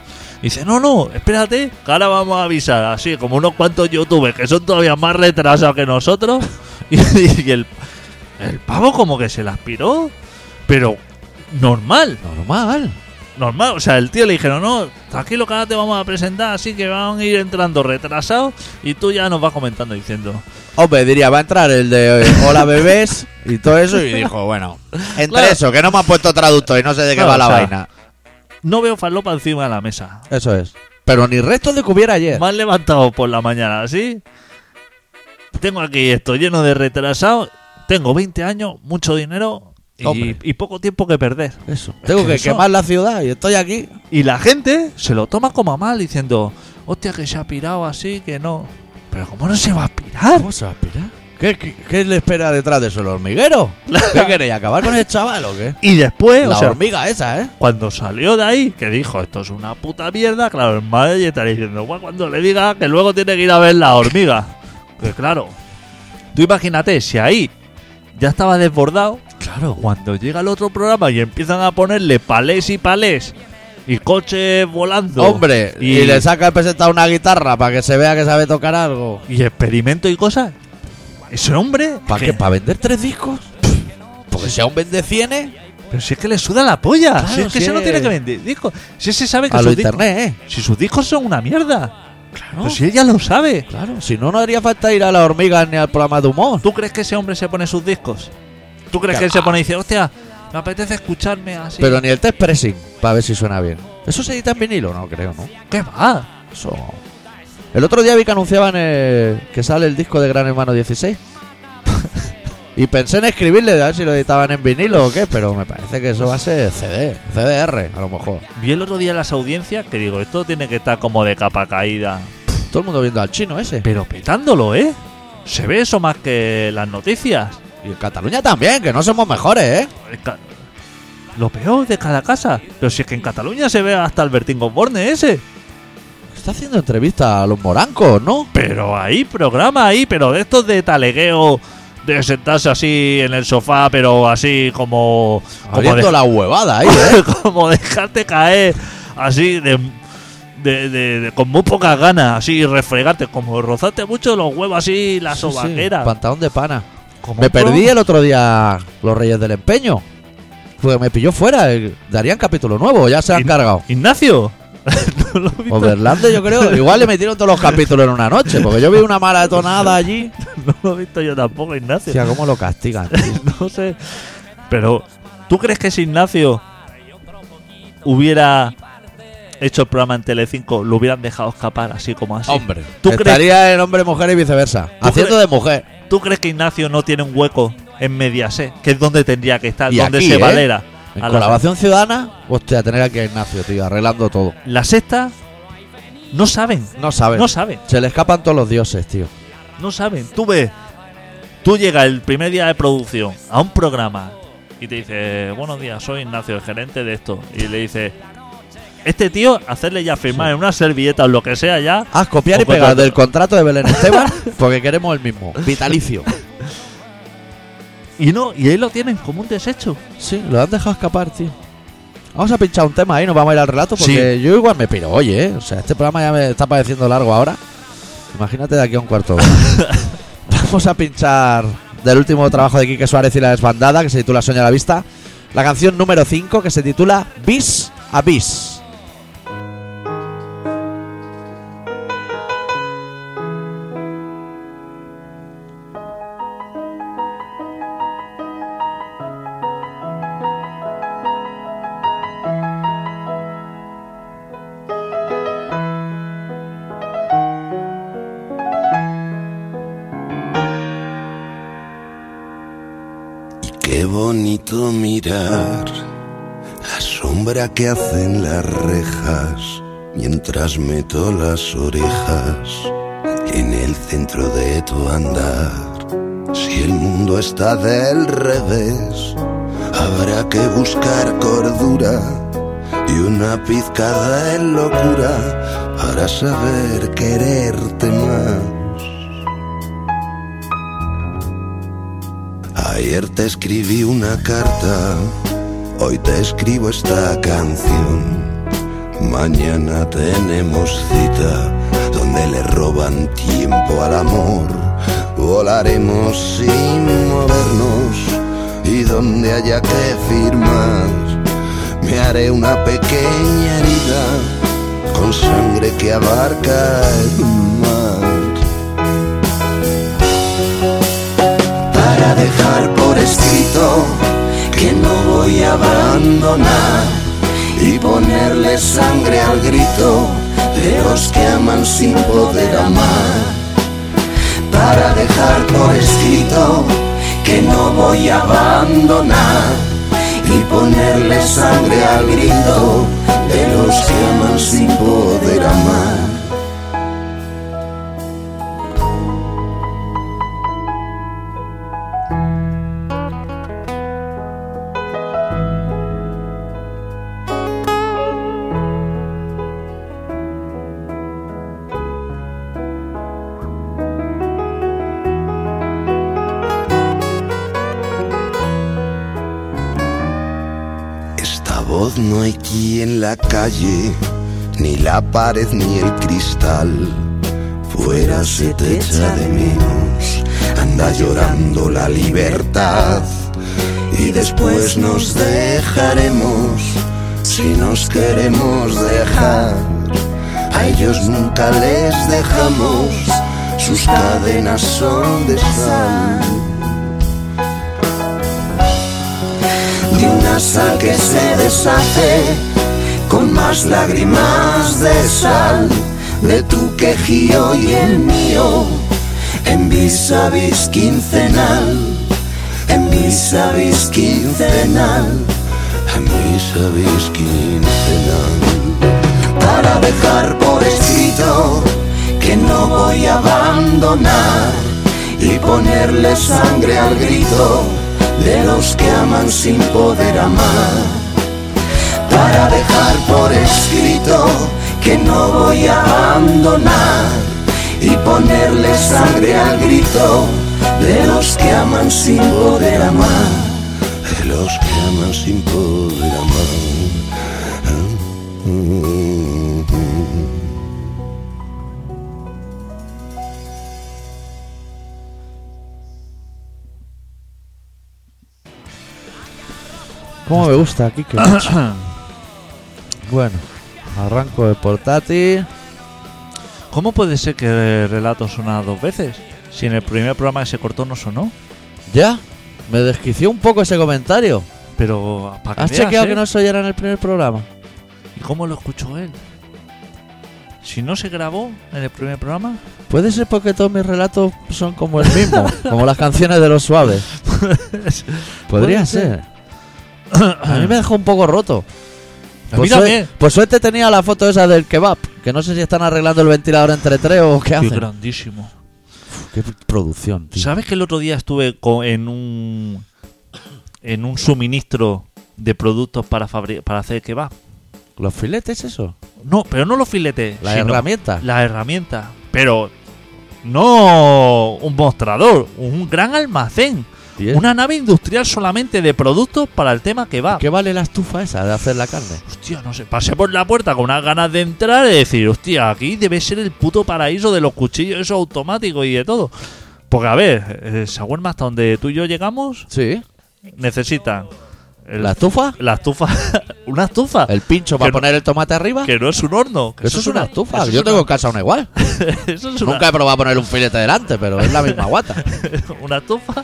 B: Dice, no, no, espérate, que ahora vamos a avisar, así como unos cuantos youtubers que son todavía más retrasados que nosotros. Y, y el, el pavo como que se la aspiró, pero normal
A: Normal.
B: normal. O sea, el tío le dijeron, no, tranquilo que ahora te vamos a presentar, así que van a ir entrando retrasados y tú ya nos vas comentando diciendo.
A: Hombre, diría, va a entrar el de eh, Hola Bebés y todo eso. Y dijo, bueno, entre
B: Claro.
A: eso, que no me han puesto traductor y no sé de qué
B: Claro,
A: va la
B: o sea,
A: vaina.
B: No veo falopa encima de la mesa.
A: Eso es. Pero ni restos de que hubiera ayer.
B: Me han levantado por la mañana, así Tengo aquí esto lleno de retrasados. Tengo 20 años, mucho dinero y,
A: Hombre.
B: y poco tiempo que perder.
A: Eso. Tengo que
B: eso-
A: quemar la ciudad y estoy aquí.
B: Y la gente se lo toma como a mal diciendo, hostia, que se ha pirado así, que no. Pero ¿cómo no se va a pirar?
A: se va a aspirar? ¿Qué, qué, qué le espera detrás de eso, el hormiguero? ¿Qué queréis, acabar con el chaval o qué?
B: Y después,
A: La
B: o sea,
A: hormiga esa, ¿eh?
B: Cuando salió de ahí, que dijo, esto es una puta mierda, claro, el manager está diciendo, "Buah, cuando le diga que luego tiene que ir a ver la hormiga. Que claro, tú imagínate, si ahí ya estaba desbordado, claro, cuando llega el otro programa y empiezan a ponerle palés y palés y coches volando.
A: Hombre, y,
B: y,
A: le saca el presentado una guitarra para que se vea que sabe tocar algo.
B: y experimento y cosas. Ese hombre,
A: ¿Para
B: que-
A: qué? ¿Para vender tres discos? Porque si aún vende ¿eh? cienes,
B: pero si es que le suda la polla,
A: Claro,
B: si es que
A: si
B: ese no
A: es-
B: tiene que vender discos, si ese sabe que
A: a lo
B: sus, discos,
A: internet, ¿eh?
B: si sus discos son una mierda,
A: Claro,
B: pero si ella lo sabe.
A: claro. Si no, no haría falta ir a las hormigas ni al programa de humor.
B: ¿Tú crees que ese hombre se pone sus discos? ¿Tú crees
A: Claro.
B: que él se pone y dice, hostia, me apetece escucharme así?
A: Pero ni el test pressing, para ver si suena bien. ¿Eso se edita en vinilo? No creo, ¿no?
B: ¿Qué va?
A: Eso. El otro día vi que anunciaban eh, que sale el disco de Gran Hermano 16. y pensé en escribirle, a ver si lo editaban en vinilo o qué, pero me parece que eso va a ser CD, CDR, a lo mejor.
B: Vi el otro día en las audiencias que digo, esto tiene que estar como de capa caída.
A: Todo el mundo viendo al chino ese.
B: Pero petándolo, ¿eh? Se ve eso más que las noticias.
A: Y en Cataluña también, que no somos mejores, ¿eh?
B: Es ca- Lo peor de cada casa. Pero si es que en Cataluña se ve hasta el Bertín Borne ese.
A: Está haciendo entrevista a los morancos, ¿no?
B: Pero ahí, programa ahí, pero de estos de talegueo, de sentarse así en el sofá, pero así como... como de-
A: Abriendo la huevada ahí, ¿eh?
B: como dejarte caer así de, de- de- de- con muy pocas ganas, así refregarte, como rozarte mucho los huevos así, la
A: Sí, sí,
B: sobaquera.
A: pantalón de pana.
B: Como
A: Me
B: un pro-
A: perdí el otro día los Reyes del Empeño. Porque me pilló fuera. eh, Darían capítulo nuevo, ya se han
B: Y-
A: cargado.
B: Ignacio. No lo he visto.
A: Overlando, yo creo. Igual le metieron todos los capítulos en una noche, porque yo vi una maratonada allí.
B: No lo he visto yo tampoco, Ignacio.
A: Hostia, cómo lo castigan.
B: No sé. Pero, ¿tú crees que si Ignacio hubiera hecho el programa en Telecinco lo hubieran dejado escapar así como así.
A: Hombre.
B: ¿Tú crees,
A: Estaría en hombre, mujer y viceversa.
B: ¿Tú
A: Haciendo de mujer.
B: ¿Tú crees que Ignacio no tiene un hueco en Mediaset? Que es donde tendría que estar,
A: Y
B: donde
A: aquí,
B: se
A: ¿eh?
B: valera.
A: En
B: A la-
A: colaboración ciudadana, hostia, tener aquí a Ignacio, tío, arreglando todo.
B: La sexta no saben.
A: No saben.
B: No saben.
A: Se le escapan todos los dioses, tío.
B: No saben. Tú ves, tú llegas el primer día de producción a un programa y te dice, buenos días, soy Ignacio, el gerente de esto. Y le dice, este tío, hacerle ya firmar en una servilleta o lo que sea ya.
A: Ah, copiar y
B: O contrato.
A: pegar del contrato de Belén Esteban porque queremos el mismo. Vitalicio.
B: Y no, y ahí lo tienen como un desecho.
A: Sí, lo han dejado escapar, tío. Vamos a pinchar un tema ahí, nos vamos a ir al relato porque yo igual me piro. Oye, ¿eh? o sea, este programa ya me está pareciendo largo ahora. Imagínate de aquí a un cuarto. de hora. vamos a pinchar del último trabajo de Quique Suárez y la desbandada que se titula Soña a la vista. La canción número 5 que se titula Bis a Bis.
D: Qué bonito mirar la sombra que hacen las rejas mientras meto las orejas en el centro de tu andar. Si el mundo está del revés, habrá que buscar cordura y una pizca de locura para saber quererte más. Ayer te escribí una carta, hoy te escribo esta canción. Mañana tenemos cita donde le roban tiempo al amor. Volaremos sin movernos y donde haya que firmar me haré una pequeña herida con sangre que abarca el mar. para dejar por escrito que no voy a abandonar y ponerle sangre al grito de los que aman sin poder amar. Para dejar por escrito que no voy a abandonar y ponerle sangre al grito de los que aman sin poder amar. Esta voz no hay quien la calle, ni la pared ni el cristal. Fuera se te echa de menos, anda llorando la libertad. Y después nos dejaremos, si nos queremos dejar. A ellos nunca les dejamos, sus cadenas son de sal. de una sal que se deshace con más lágrimas de sal de tu quejío y el mío en vis a vis quincenal en vis a vis quincenal en vis a vis quincenal para dejar por escrito que no voy a abandonar y ponerle sangre al grito de los que aman sin poder amar. Para dejar por escrito que no voy a abandonar y ponerle sangre al grito de los que aman sin poder amar. De los que aman sin poder amar.
A: ¿Cómo me gusta, Quique? bueno, arranco el portátil.
B: ¿Cómo puede ser que el relato suena dos veces? Si en el primer programa que se cortó no sonó.
A: Ya, me desquició un poco ese comentario.
B: Pero para ¿eh?
A: ¿Has chequeado que no se oyera en el primer programa?
B: cómo lo escuchó él? Si no se grabó en el primer programa,
A: Puede ser porque todos mis relatos son como el mismo, como las canciones de los suaves. Podría
B: Puede
A: ser. A mí me dejó un poco roto.
B: A
A: Por,
B: mí también.
A: por suerte tenía la foto esa del kebab, que no sé si están arreglando el ventilador entre tres o qué
B: qué
A: hacen.
B: grandísimo.
A: Qué producción, tío.
B: ¿Sabes que el otro día estuve co- en un en un suministro de productos para fabri- para hacer kebab?
A: ¿Los filetes eso?
B: No, pero no los filetes,
A: ¿La
B: sino
A: herramienta?
B: la herramienta, pero no un mostrador, un gran almacén,
A: ¿Y es-
B: una nave industrial solamente de productos para el tema kebab.
A: ¿Qué vale la estufa esa de hacer la carne?
B: Hostia, no sé, pasé por la puerta con unas ganas de entrar y decir, hostia, aquí debe ser el puto paraíso de los cuchillos, eso automático y de todo. Porque, a ver, el shawarma hasta donde tú y yo llegamos
A: Sí.
B: necesitan el-
A: ¿La estufa?
B: la estufa, una estufa,
A: ¿El pincho
B: Que
A: para
B: no-
A: poner el tomate arriba?
B: que no es un horno. que
A: Eso es una estufa.
B: eso
A: Yo
B: es
A: tengo en casa una igual.
B: una- eso es una,
A: Nunca he probado poner un filete delante, pero es la misma guata.
B: una estufa.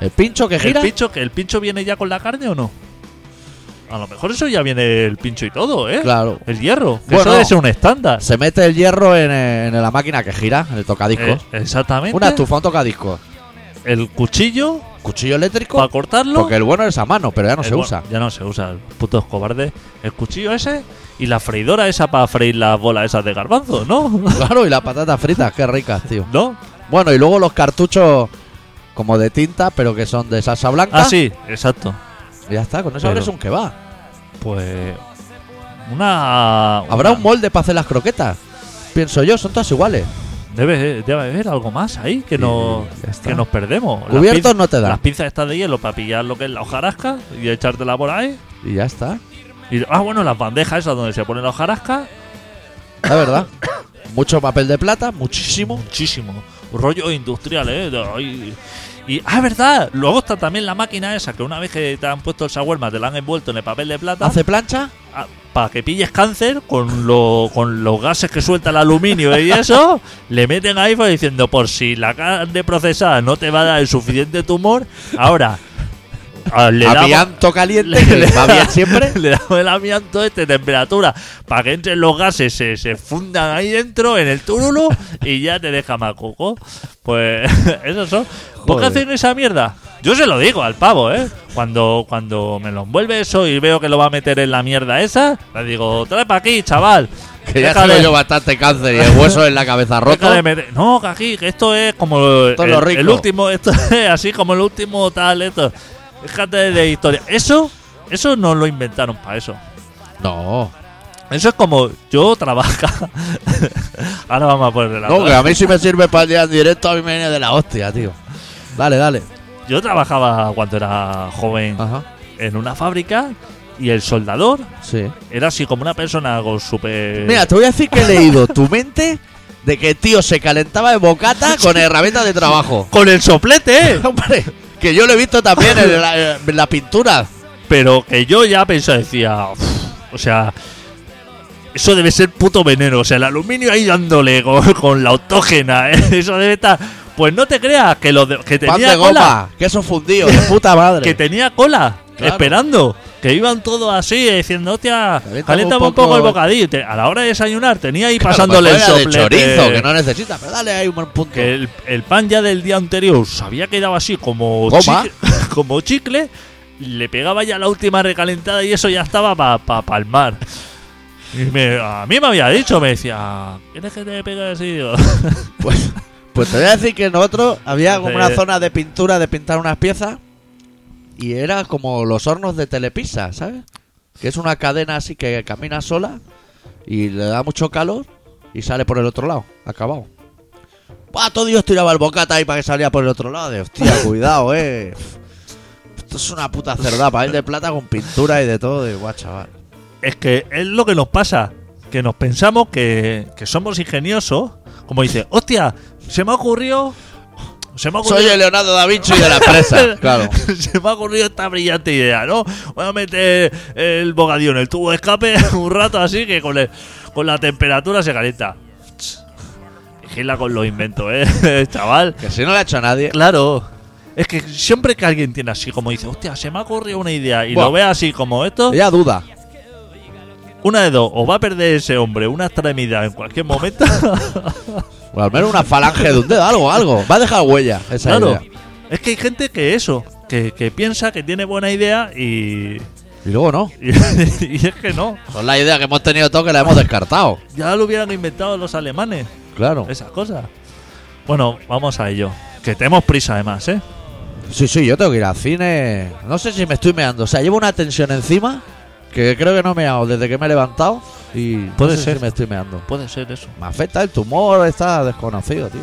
A: ¿El pincho que
B: ¿El
A: gira?
B: pincho, que ¿El pincho viene ya con la carne o no? A lo mejor eso ya viene el pincho y todo, ¿eh?
A: Claro.
B: El hierro. que
A: Bueno.
B: eso debe ser un estándar.
A: Se mete el hierro en, eh, en la máquina que gira, en el
B: Eh,
A: tocadiscos.
B: exactamente.
A: Una estufa, un tocadiscos.
B: El cuchillo
A: Cuchillo eléctrico,
B: para cortarlo.
A: porque el bueno es a mano, pero ya no
B: Eh,
A: se
B: bueno,
A: usa.
B: Ya no se usa, putos cobardes. El cuchillo ese y la freidora esa para freír las bolas esas de garbanzo, ¿no?
A: Claro, y las patatas fritas, qué ricas, tío.
B: ¿No?
A: Bueno, y luego los cartuchos como de tinta, pero que son de salsa blanca.
B: Ah, sí, exacto.
A: Y Ya está, con eso
B: Pero-
A: abres un que va.
B: Pues. Una.
A: Habrá
B: una-
A: un molde para hacer las croquetas. Pienso yo, son todas iguales.
B: Debe, debe haber algo más ahí que, nos,
A: Y ya está.
B: que nos perdemos. Las
A: Cubiertos
B: pinz-
A: no te dan.
B: Las pinzas estas de hielo para pillar lo que es la hojarasca y echártela por ahí.
A: Y ya está.
B: Y, ah, bueno, las bandejas esas donde se pone la hojarasca.
A: La verdad. Mucho papel de plata, muchísimo.
B: Muchísimo. Rollo industrial, ¿eh? De ahí. Y, ah, verdad. Luego está también la máquina esa que una vez que te han puesto el shawarma te la han envuelto en el papel de plata.
A: Hace plancha.
B: para Ah, que pilles cáncer con, lo, con los gases que suelta el aluminio y eso, le meten ahí pues, diciendo por si la carne procesada no te va a dar el suficiente tumor, ahora ah, le damos,
A: Amianto caliente,
B: le-
A: que
B: le-
A: va bien siempre.
B: le damos el amianto este de esta temperatura para que entren los gases, se, se fundan ahí dentro en el túrulo y ya te deja más coco. Pues eso son. ¿Por qué
A: Joder.
B: hacen esa mierda? Yo se lo digo al pavo, ¿eh? Cuando, cuando me lo envuelve eso y veo que lo va a meter en la mierda esa, le digo, trae para aquí, chaval.
A: Que ya
B: Déjale-
A: tengo yo bastante cáncer y el hueso en la cabeza roto.
B: déjale meter- No, que aquí, que esto es como
A: Esto es
B: el,
A: lo rico.
B: el último, esto es así como el último tal, esto. Déjate de historia. Eso, eso no lo inventaron para eso.
A: No,
B: Eso es como yo trabaja. Ahora vamos a ponerle la
A: no, que a mí si me sirve para el día en directo, a mí me viene de la hostia, tío. Dale, dale.
B: Yo trabajaba cuando era joven
A: Ajá,
B: en una fábrica y el soldador
A: sí.
B: era así como una persona con súper.
A: Mira, te voy a decir que he leído tu mente de que tío se calentaba de bocata con herramientas de trabajo.
B: Con el soplete, ¿eh?
A: Hombre, que yo lo he visto también en la, en la pintura.
B: Pero que yo ya pensaba, decía. "Uf, o sea. Eso debe ser puto veneno. O sea, el aluminio ahí dándole con, con la autógena. ¿eh? Eso debe estar. Pues no te creas que, lo de- que tenía
A: Pan de
B: cola.
A: goma, queso fundido, de puta madre.
B: que tenía cola
A: Claro.
B: esperando. Que iban todos así, eh, diciendo, hostia,
A: Caléntame
B: caléntame
A: un
B: un poco
A: poco
B: el bocadillo. Y te- a la hora de desayunar tenía ahí
A: Claro,
B: pasándole el
A: pues fuera
B: soplete.
A: de chorizo, que no necesita, pero dale ahí un buen punto.
B: que el, el pan ya del día anterior se había quedado así como
A: Goma.
B: chicle, como chicle, le pegaba ya la última recalentada y eso ya estaba para palmar. Y me- a mí me había dicho, me decía, ¿quieres que te pegue así? Digo,
A: Pues, pues te voy a decir que nosotros había como una
B: Eh.
A: zona de pintura de pintar unas piezas y era como los hornos de Telepisa, ¿sabes? Que es una cadena así que camina sola y le da mucho calor y sale por el otro lado, acabado. ¡Buah! Todo Dios tiraba el bocata ahí para que salía por el otro lado. De, hostia, cuidado, eh. Esto es una puta cerda, papel de plata con pintura y de todo. De guau, chaval.
B: Es que es lo que nos pasa, que nos pensamos que, que somos ingeniosos, como dice, hostia, se me ha ocurrido, se me ha ocurrido,
A: Soy el Leonardo da Vinci de la empresa, claro.
B: se me ha ocurrido esta brillante idea, ¿no? Voy a meter el bocadillo en el tubo de escape un rato así que con, el- con la temperatura se calienta. Vigila con los inventos, eh, chaval.
A: Que si no lo ha hecho nadie.
B: Claro. Es que siempre que alguien tiene así, como dice, hostia, se me ha ocurrido una idea y
A: Buah.
B: lo ve así como esto,
A: Ella duda.
B: Una de dos, o va a perder ese hombre una extremidad en cualquier momento.
A: O Pues al menos una falange de un dedo, algo, algo. Va a dejar huella esa
B: claro.
A: idea.
B: Es que hay gente que eso, que, que piensa que tiene buena idea y,
A: Y luego no.
B: y, y es que no.
A: Son las ideas que hemos tenido todos que las hemos descartado.
B: Ya lo hubieran inventado los alemanes,
A: Claro.
B: esas cosas. Bueno, vamos a ello. Que tenemos prisa además, ¿eh?
A: Sí, sí, yo tengo que ir al cine. No sé si me estoy meando. O sea, llevo una tensión encima que creo que no me hago desde que me he levantado. Y no
B: Puede
A: sé si
B: ser.
A: me estoy meando.
B: Puede ser eso.
A: Me afecta el tumor, está desconocido, tío.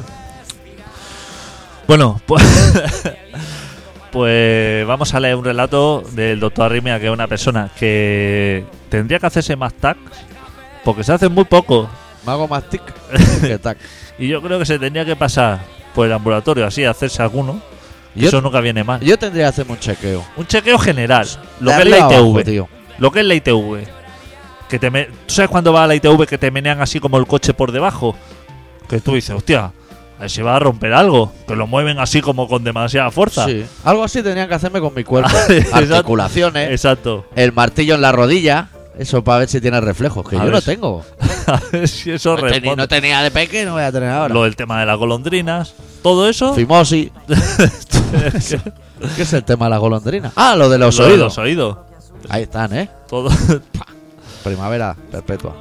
B: Bueno, pues, pues vamos a leer un relato del doctor Arrimia, que es una persona que tendría que hacerse más tags, porque se hacen muy poco.
A: Me hago más tic que tac.
B: Y yo creo que se tendría que pasar por el ambulatorio así, hacerse alguno. que
A: Yo-
B: Eso nunca viene mal.
A: Yo tendría que hacerme un chequeo.
B: Un chequeo general, lo
A: De
B: que es la
A: arriba
B: ITV.
A: abajo, tío.
B: Lo que es la ITV. Que te me- ¿Tú sabes cuando va a la ITV que te menean así como el coche por debajo? Que tú dices, hostia, ahí se va a romper algo. Que lo mueven así como con demasiada fuerza.
A: Sí. Algo así tendrían que hacerme con mi cuerpo.
B: Exacto.
A: Articulaciones,
B: Exacto.
A: el martillo en la rodilla. Eso para ver si tiene reflejos, que
B: A
A: yo
B: ver
A: no
B: si-
A: tengo.
B: A ver si eso
A: No, teni- no
B: responde.
A: tenía de peque, no voy a tener ahora.
B: Lo del tema de las golondrinas. Todo eso.
A: Fimosis. ¿Qué es el tema de la golondrina? Ah, lo de los
B: lo de
A: oídos.
B: los oídos.
A: Ahí están, ¿eh?
B: Todo.
A: Primavera perpetua.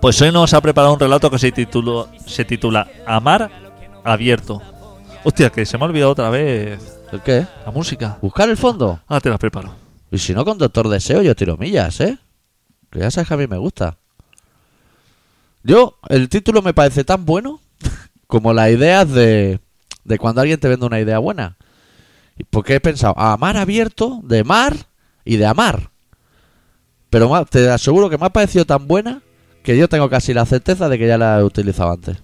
B: Pues hoy nos ha preparado un relato que se, tituló, se titula Amar abierto. Hostia, que se me ha olvidado otra vez
A: ¿El qué?
B: la música.
A: Buscar el fondo.
B: Ah, te la preparo.
A: Y si no, con Doctor Deseo yo tiro millas, ¿eh? Que ya sabes que a mí me gusta. Yo, el título me parece tan bueno como las ideas de, de cuando alguien te vende una idea buena. Y Porque he pensado, a mar abierto, de mar y de amar. Pero ma- te aseguro que me ha parecido tan buena que yo tengo casi la certeza de que ya la he utilizado antes.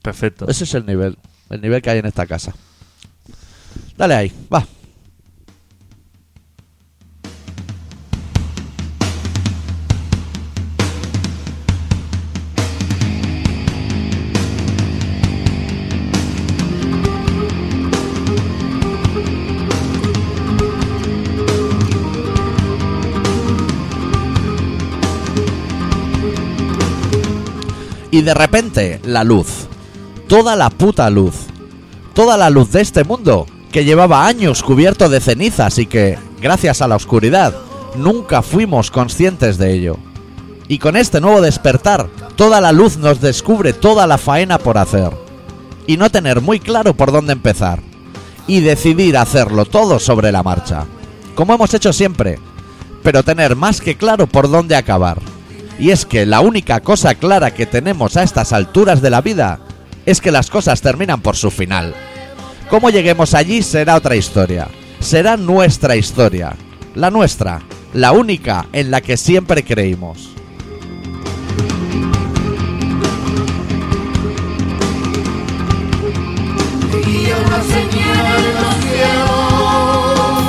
B: Perfecto.
A: Ese es el nivel, el nivel que hay en esta casa. Dale ahí, va. Y de repente, la luz. Toda la puta luz. Toda la luz de este mundo que llevaba años cubierto de cenizas y que, gracias a la oscuridad, nunca fuimos conscientes de ello. Y con este nuevo despertar, toda la luz nos descubre toda la faena por hacer. Y no tener muy claro por dónde empezar. Y decidir hacerlo todo sobre la marcha. Como hemos hecho siempre. Pero tener más que claro por dónde acabar. Y es que la única cosa clara que tenemos a estas alturas de la vida es que las cosas terminan por su final. Cómo lleguemos allí será otra historia. Será nuestra historia. La nuestra. La única en la que siempre creímos.
E: Y una señal en los cielos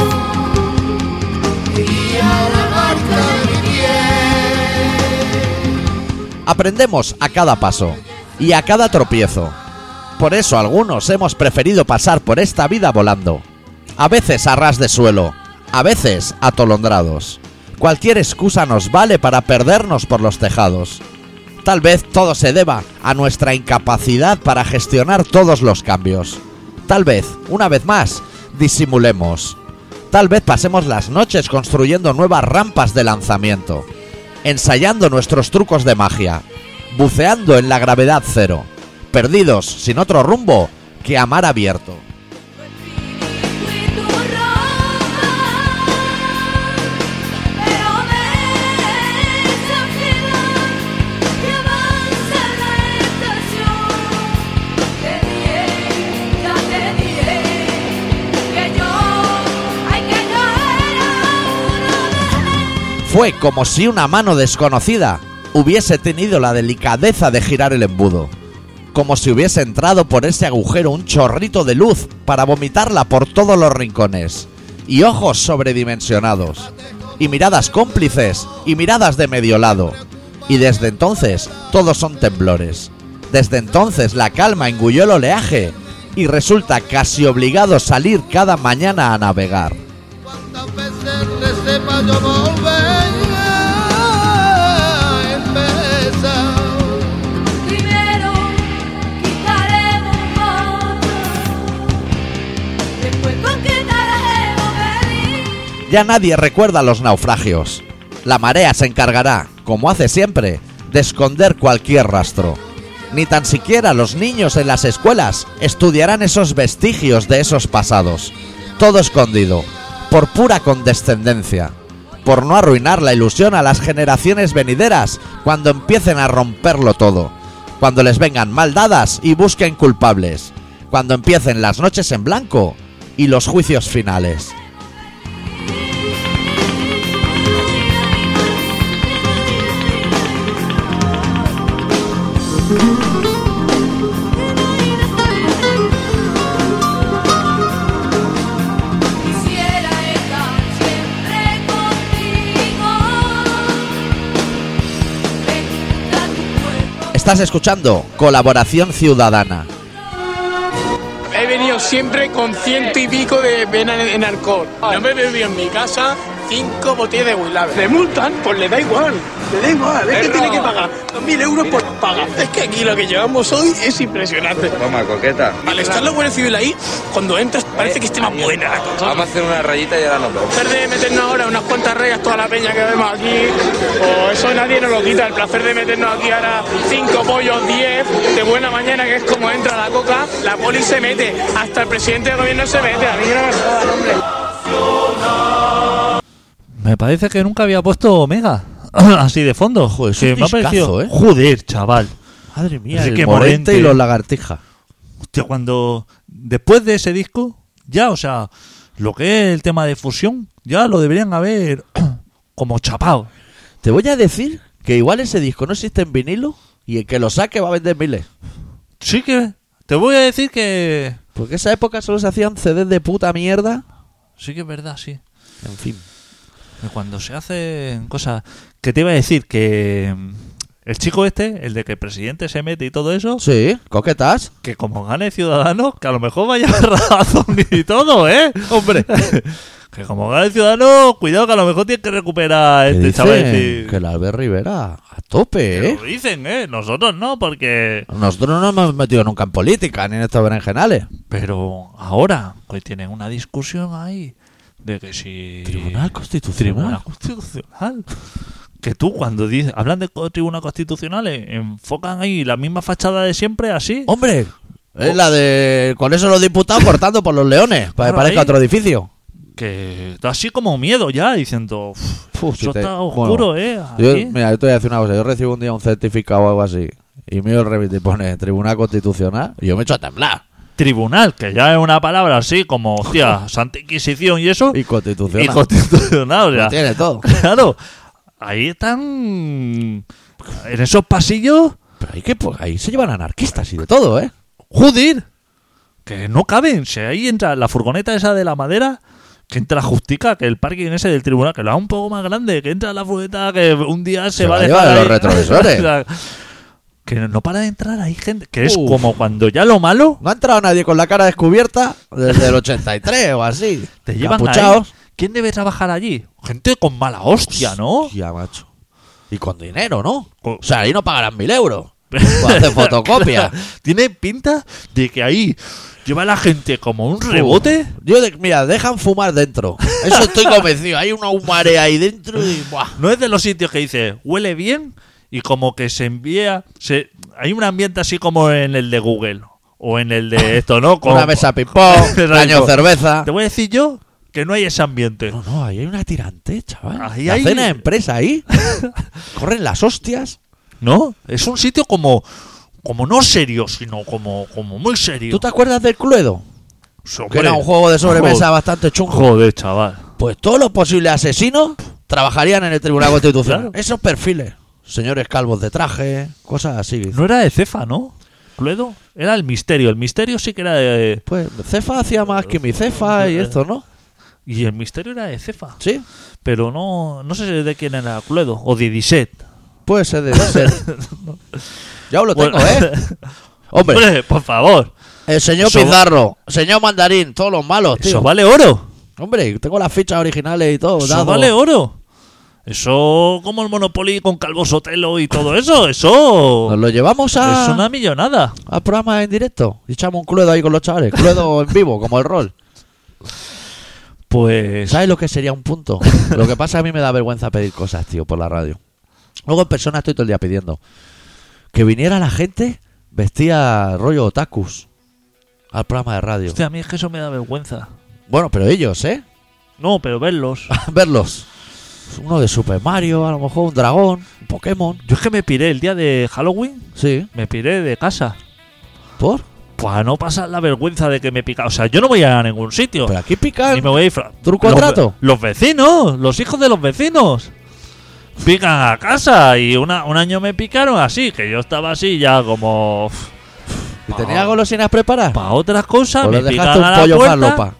E: Y una marca de mi piel
A: Aprendemos a cada paso y a cada tropiezo. Por eso algunos hemos preferido pasar por esta vida volando. A veces a ras de suelo, a veces atolondrados. Cualquier excusa nos vale para perdernos por los tejados. Tal vez todo se deba a nuestra incapacidad para gestionar todos los cambios. Tal vez, una vez más, disimulemos. Tal vez pasemos las noches construyendo nuevas rampas de lanzamiento ensayando nuestros trucos de magia, buceando en la gravedad cero, perdidos sin otro rumbo que a mar abierto.
E: Fui tu ropa Pero me desafío Que avance la estación Te diré, ya te diré Que yo, ay que yo era uno de
A: Fue como si una mano desconocida hubiese tenido la delicadeza de girar el embudo, como si hubiese entrado por ese agujero un chorrito de luz para vomitarla por todos los rincones, y ojos sobredimensionados, y miradas cómplices, y miradas de medio lado. Y desde entonces todos son temblores. Desde entonces la calma engulló el oleaje y resulta casi obligado salir cada mañana a navegar.
C: Tantas veces le sepa yo volver.
A: Ya nadie recuerda los naufragios. La marea se encargará, como hace siempre, de esconder cualquier rastro. Ni tan siquiera los niños en las escuelas estudiarán esos vestigios de esos pasados. Todo escondido, por pura condescendencia. Por no arruinar la ilusión a las generaciones venideras cuando empiecen a romperlo todo. Cuando les vengan mal dadas y busquen culpables. Cuando empiecen las noches en blanco y los juicios finales.
E: Quisiera estar siempre contigo. Me gusta tu cuerpo.
A: Estás escuchando Colaboración Ciudadana.
C: He venido siempre con ciento y pico de vena en, en alcohol. No me bebí en mi casa cinco botellas de Willabe. ¿Le multan? Pues le da igual. Le da igual. Es que tiene que pagar mil euros por paga. Es que aquí lo que llevamos hoy es impresionante.
F: Toma, coqueta.
C: Al estar la Guardia Civil ahí, cuando entras parece que esté más buena la cosa.
F: Vamos a hacer una rayita y ahora nos vemos.
C: placer de meternos ahora unas cuantas rayas toda la peña que vemos aquí, o eso nadie nos lo quita, el placer de meternos aquí ahora cinco pollos, diez, de buena mañana que es como entra la coca, la poli se mete, hasta el presidente del gobierno se mete, a mí que no me jodan, hombre.
B: Me parece que nunca había puesto Omega así de fondo. Joder,
A: es un
B: me ha parecido-
A: discazo, ¿eh?
B: Joder, chaval.
A: Madre mía,
B: Así
A: el
B: que
A: Morente
B: Morente.
A: y los Lagartija.
B: Hostia, cuando después de ese disco, ya, o sea, lo que es el tema de fusión, ya lo deberían haber como chapado.
A: Te voy a decir que igual ese disco no existe en vinilo y el que lo saque va a vender miles.
B: Sí que te voy a decir que
A: Porque esa época solo se hacían CDs de puta mierda.
B: sí que es verdad, sí.
A: En fin.
B: Que Cuando se hacen cosas que te iba a decir que mm, el chico este, el de que el presidente se mete y todo eso,
A: Sí, coquetas.
B: que como gane Ciudadanos, que a lo mejor vaya razón y todo, ¿eh? Hombre. que como gane Ciudadanos, cuidado que a lo mejor tiene que recuperar
A: Que
B: este
A: dicen
B: chaval. y-
A: que el Albert Rivera a tope,
B: que
A: ¿eh?
B: Lo dicen, ¿eh? Nosotros no, porque...
A: Nosotros no nos hemos metido nunca en política ni en estos berenjenales.
B: Pero ahora, que tienen una discusión ahí de que si...
A: Tribunal Constitucional.
B: Tribunal Constitucional. Que tú cuando dices, hablan de co- Tribunal Constitucional, eh, enfocan ahí la misma fachada de siempre así.
A: Hombre, es la de con eso los diputados cortando por los leones para
B: Claro,
A: que parezca
B: ahí.
A: otro edificio.
B: Que da así como miedo ya, diciendo... "Uf,
A: Uf, si
B: Eso
A: te-
B: está oscuro,
A: bueno,
B: ¿eh?
A: Yo-
B: Aquí.
A: mira, yo te voy a decir una cosa. Yo recibo un día un certificado o algo así. Y mío el revista y pone Tribunal Constitucional. Y yo me echo a temblar.
B: Tribunal, que ya es una palabra así como, hostia, Santa Inquisición y eso.
A: Y Constitucional.
B: Y constitucional, o sea,
A: Lo tiene todo.
B: Claro. Ahí están... En esos pasillos...
A: Pero ahí, que, pues, ahí se llevan anarquistas y de todo, ¿eh?
B: ¡Joder! Que no caben. Si ahí entra la furgoneta esa de la madera, que entra justica, que el parking ese del tribunal, que lo haga un poco más grande, que entra la furgoneta, que un día se,
A: Se
B: va a
A: la
B: dejar
A: llevan los
B: ahí.
A: retrovisores.
B: O sea, que no para de entrar ahí gente. Que es
A: Uf.
B: como cuando ya lo malo
A: No ha entrado nadie con la cara descubierta desde el 83 o así.
B: te llevan ahí.
A: Capuchaos.
B: ¿Quién debe trabajar allí? Gente con mala hostia, ¿no?
A: Hostia, macho. Y con dinero, ¿no?
B: Co-
A: O sea, ahí no pagarán mil euros. Por hacer fotocopia.
B: Tiene pinta de que ahí lleva la gente como un rebote.
A: Yo, de- mira, dejan fumar dentro. Eso estoy convencido. Hay una humareda ahí dentro y. ¡buah!
B: No es de los sitios que dice huele bien y como que se envía. Se, hay un ambiente así como en el de Google o en el de esto, ¿no? Como-
A: Una mesa ping-pong,
B: Exacto.
A: caño cerveza.
B: Te voy a decir yo que no hay ese ambiente.
A: No, no, ahí hay una tirante, chaval.
B: Ahí
A: la
B: hay-
A: cena de empresa ahí. Corren las hostias.
B: ¿No? Es un sitio como. Como no serio, sino como, como muy serio.
A: ¿Tú te acuerdas del Cluedo? Que
B: Hombre.
A: era un juego de sobremesa
B: Joder.
A: bastante chungo.
B: Joder, chaval.
A: Pues todos los posibles asesinos trabajarían en el Tribunal Constitucional.
B: Claro.
A: Esos perfiles. Señores calvos de traje, cosas así.
B: No era de Cefa, ¿no? Cluedo. Era el misterio. El misterio sí que era de.
A: Pues Cefa hacía más que mi Cefa y esto, ¿no?
B: Y el misterio era de Cefa.
A: Sí.
B: Pero no, no sé de quién era Cluedo. O de Diset.
A: Puede ser, debe ser. Ya os lo tengo,
B: Bueno.
A: ¿eh? Hombre,
B: Hombre, por favor.
A: el señor
B: eso-
A: Pizarro, señor Mandarín, todos los malos, tío.
B: Eso vale oro.
A: Hombre, tengo las fichas originales y todo.
B: Eso
A: dado.
B: vale oro. Eso como el Monopoly con Calvo Sotelo y todo eso. Eso
A: Nos lo llevamos a,
B: es una millonada.
A: al programa en directo. Y echamos un cluedo ahí con los chavales. Cluedo en vivo, como el rol.
B: Pues.
A: ¿Sabes lo que sería un punto? Lo que pasa es que a mí me da vergüenza pedir cosas, tío, por la radio. Luego en persona estoy todo el día pidiendo que viniera la gente vestida rollo otakus al programa de radio.
B: Hostia, a mí es que eso me da vergüenza.
A: Bueno, pero ellos, ¿eh?
B: No, pero verlos.
A: Ah. Verlos. Uno de Super Mario, a lo mejor un dragón, un Pokémon.
B: Yo es que me piré el día de Halloween,
A: Sí.
B: me piré de casa.
A: ¿Por?
B: Pues no pasar la vergüenza de que me pica. O sea, yo no voy a ningún sitio.
A: Pero aquí pican.
B: Ni me voy a disfra-
A: ¿Truco o
B: los,
A: trato?
B: Los vecinos, los hijos de los vecinos. Pican a casa y una, un año me picaron así, que yo estaba así ya como.
A: ¿Y tenía golosinas preparadas?
B: Para otras cosas,
A: ¿O
B: me
A: les Pues dejaste
B: picaron a
A: un
B: la
A: pollo
B: puerta.
A: farlopa?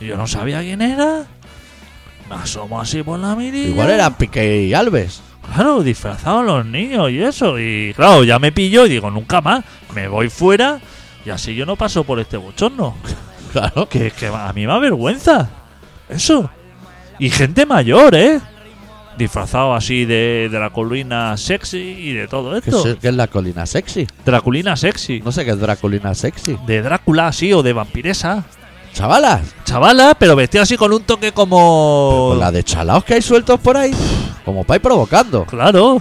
B: y Yo no sabía quién era. Me asomo así por la mirilla.
A: Igual eran Piqué y Alves.
B: Claro, disfrazados los niños y eso. Y claro, ya me pilló y digo, nunca más. Me voy fuera y así yo no paso por este bochorno.
A: Claro.
B: Que, que a mí me da vergüenza. Eso. Y gente mayor, ¿eh? Disfrazado así de, de la colina sexy y de todo
A: ¿Qué
B: esto.
A: es, qué es la colina sexy?
B: Draculina sexy.
A: No sé qué es Draculina sexy.
B: De Drácula así o de vampiresa.
A: ¡Chavalas!
B: Chavala, pero vestida así con un toque como...
A: Con la de chalaos que hay sueltos por ahí. Como para ir provocando.
B: Claro.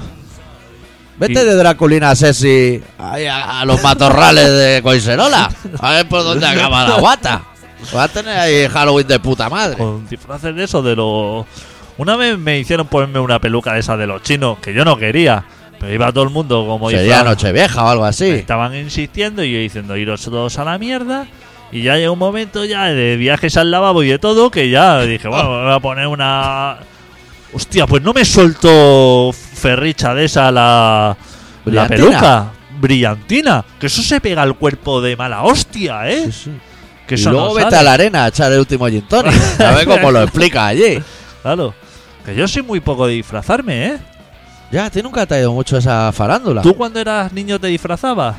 A: Vete
B: Y-
A: de Draculina sexy ahí a, a los matorrales de Coiserola. A ver por dónde acaba la guata. Va a tener ahí Halloween de puta madre.
B: Con disfraces de eso, de los... Una vez me hicieron ponerme una peluca de esa de los chinos, que yo no quería. Pero iba todo el mundo como
A: Sería
B: disfraz-
A: Nochevieja o algo
B: Me
A: así.
B: estaban insistiendo y yo diciendo iros todos a la mierda. Y ya llegó un momento ya de viajes al lavabo y de todo que ya dije, bueno, me voy a poner una. Hostia, pues no me soltó ferricha de esa la, la
A: Brillantina.
B: peluca. Brillantina. Que eso se pega al cuerpo de mala hostia, ¿eh?
A: Sí, sí.
B: Que
A: y
B: eso
A: luego
B: no
A: vete
B: sale.
A: a la arena a echar el último gin tonic. A ver cómo lo explica allí.
B: Claro. Que yo soy muy poco de disfrazarme, ¿eh?
A: Ya, a ti nunca te ha ido mucho esa farándula.
B: ¿Tú cuando eras niño te disfrazabas?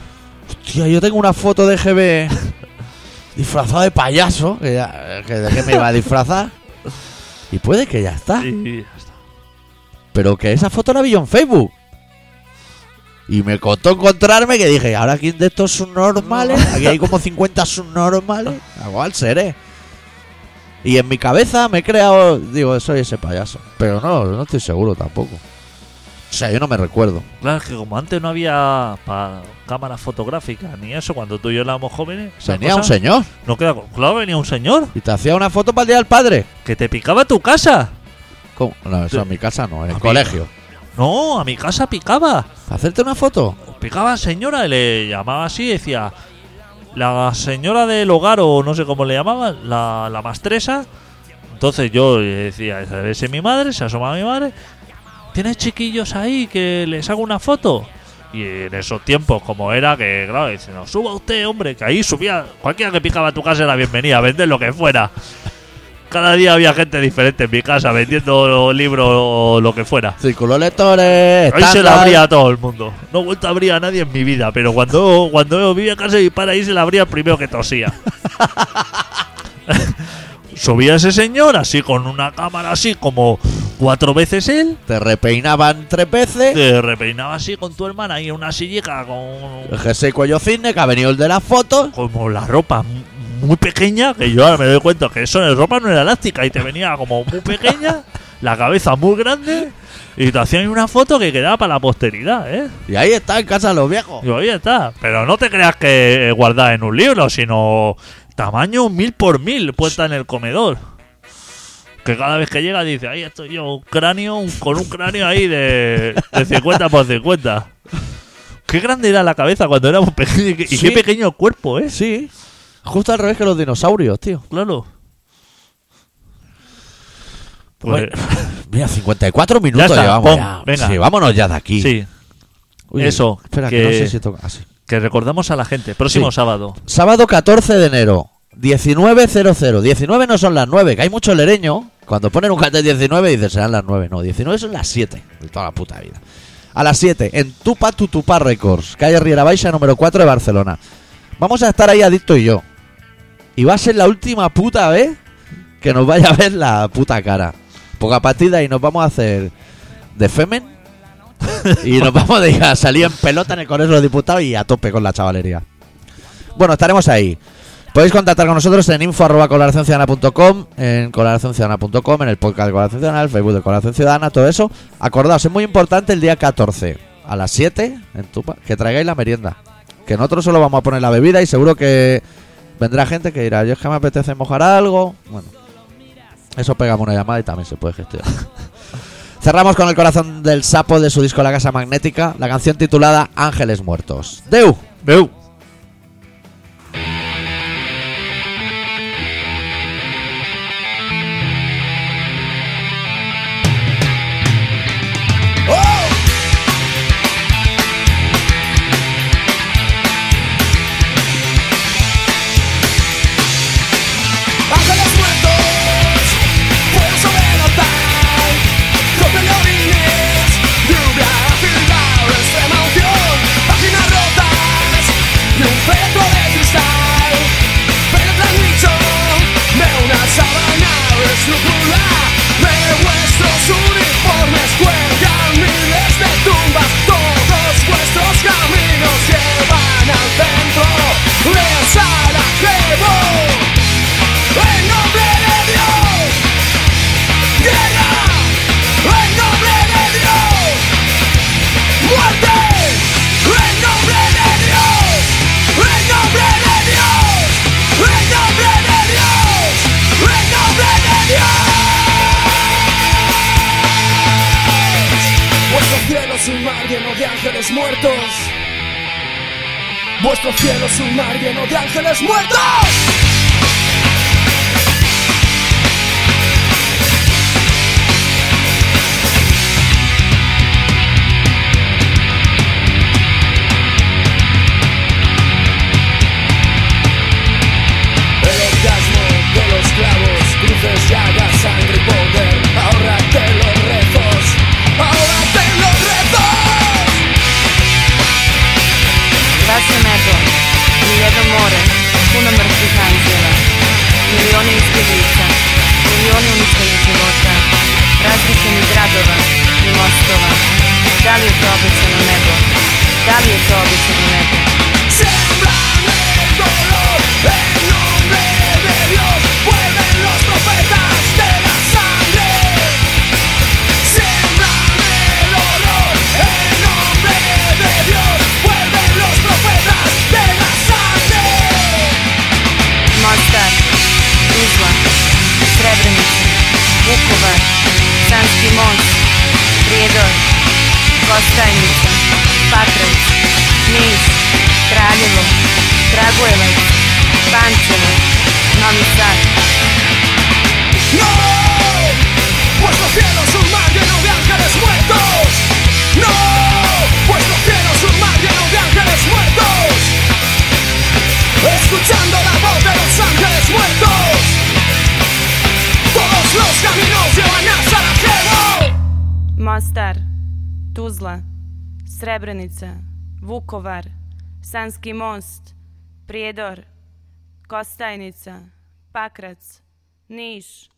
A: Hostia, yo tengo una foto de GB disfrazado de payaso. Que ya- que ¿De qué me iba a disfrazar? Y puede que ya está.
B: Y ya está.
A: Pero que esa foto la vi yo en Facebook. Y me costó encontrarme que dije, ahora quién de estos subnormales, aquí hay como 50 subnormales, igual seré. Y en mi cabeza me he creado, digo, soy ese payaso. Pero no, no estoy seguro tampoco. O sea, yo no me recuerdo.
B: Claro, es que como antes no había pa- cámaras fotográficas ni eso, cuando tú y yo éramos jóvenes, esas
A: Venía un
B: cosas
A: señor
B: No queda co- claro, venía un señor
A: y te hacía una foto para el día del padre.
B: que te picaba tu casa.
A: ¿Cómo? No, eso
B: Tú-
A: en mi casa no, en el
B: A mí-
A: colegio.
B: No, a mi casa picaba.
A: ¿Hacerte una foto?
B: Picaba señora y le llamaba así, decía la señora del hogar o no sé cómo le llamaban, la, la maestresa. Entonces yo le decía, "Esa debe ser mi madre, se asoma mi madre. ¿Tienes chiquillos ahí que les hago una foto? Y en esos tiempos, como era, que claro, dicen, "No, suba usted, hombre, que ahí subía, cualquiera que picaba tu casa era bienvenida, vender lo que fuera. Cada día había gente diferente en mi casa vendiendo libros o lo que fuera.
A: Círculo lectores.
B: Ahí se la
A: estándar.
B: abría a todo el mundo. No he vuelto a abrir a nadie en mi vida, pero cuando, cuando vivía casa y para ahí se la abría el primero que tosía. Subía ese señor así con una cámara así como cuatro veces él.
A: Te repeinaban tres veces.
B: Te repeinaba así con tu hermana y en una sillica
A: El
B: con
A: jersey cuello cisne que ha venido el de las fotos.
B: como la ropa mu- muy pequeña, que yo ahora me doy cuenta que eso en ropa no era elástica y te venía como muy pequeña, la cabeza muy grande y te hacían una foto que quedaba para la posteridad, ¿eh?
A: Y ahí está en casa de los viejos.
B: Digo, ahí está. Pero no te creas que eh, guardada en un libro, sino tamaño mil por mil puesta en el comedor. Que cada vez que llega dice, ahí estoy yo, un cráneo, un- con un cráneo ahí de, de 50 por 50. Qué grande era la cabeza cuando éramos pequeños y, qué- y
A: Sí.
B: qué pequeño el cuerpo, ¿eh?
A: Sí. Justo al revés que los dinosaurios, tío.
B: Claro. Pues,
A: Mira, 54 minutos
B: Ya está,
A: llevamos.
B: pon,
A: ya.
B: venga.
A: Sí, vámonos ya de aquí.
B: sí,
A: Uy,
B: eso,
A: Espera, que,
B: que-
A: no sé si toca. ah, sí.
B: que recordamos a la gente. Próximo
A: Sí.
B: sábado.
A: Sábado 14 de enero, 19.00. 19 no son las 9, que hay mucho lereño. Cuando ponen un cartel 19 dicen serán las 9. No, 19 son las 7. De toda la puta vida. A las 7, en Tupa Tutupa Records, calle Riera Baixa, número 4 de Barcelona. Vamos a estar ahí Adicto y yo. Y va a ser la última puta vez que nos vaya a ver la puta cara. Poca partida y nos vamos a hacer de femen. y nos vamos a ir a salir en pelota en el Congreso de los Diputados y a tope con la chavalería. Bueno, estaremos ahí. Podéis contactar con nosotros en info.colaboraciónciudadana.com, en colaboraciónciudadana.com, en el podcast de Colaboración Ciudadana, el Facebook de Colaboración Ciudadana, todo eso. Acordaos, es muy importante el día 14, a las 7, en Tupa, que traigáis la merienda. Que nosotros solo vamos a poner la bebida y seguro que vendrá gente que dirá, yo es que me apetece mojar algo. Bueno, eso pegamos una llamada y también se puede gestionar. Cerramos con el corazón del sapo de su disco La Casa Magnética, la canción titulada Ángeles Muertos. Deu.
B: Veu.
G: Ángeles muertos, fuego sobre el altar, copian de orines, lluvia filtrada, extremaunción, páginas rotas y un feto de cristal. Penetran nicho de una sabana escrúpula, de vuestros uniformes cuelgan miles de tumbas, todos vuestros caminos llevan al centro de Sarajevo. En nombre de Dios, guerra. En nombre de Dios, muerte. En nombre de Dios, en nombre de Dios, en nombre de Dios, en nombre de Dios. Vuestro cielo es un mar lleno de ángeles muertos. Vuestro cielo es un mar lleno de ángeles muertos. El orgasmo de los clavos, cruces, llagas, sangre y poder. Ahórrate los rezos, ahórrate los rezos.
H: Grazie Meto, Milione More, Puno mrtvih anđela, milioni izbjeglica, milioni uništenih života, razrušenih gradova i mostova. Da li je to obećano nebo? Da li je to obećano nebo?
G: Sembrame dolor en nombre de Dios. Vuelven los profetas de la sangre. Sembrame dolor en nombre de Dios. Vuelven los profetas de la sangre.
H: Mostar, Tuzla, Srebrenica, Vukovar, Sanski most, Prijedor, Kostajnica, Pakrac, Niš, Kraljevo, Kragujevac, Pančevo, Novi Sad.
G: ¡No! Vuestro cielo es un mar lleno de ángeles muertos. ¡No! Vuestro cielo es un mar lleno de ángeles muertos. Escuchando la voz de los ángeles muertos. Todos los caminos llevan a Sarajevo.
H: Mostar, Tuzla, Srebrenica, Vukovar, Sanski most, Prijedor, Kostajnica, Pakrac, Niš,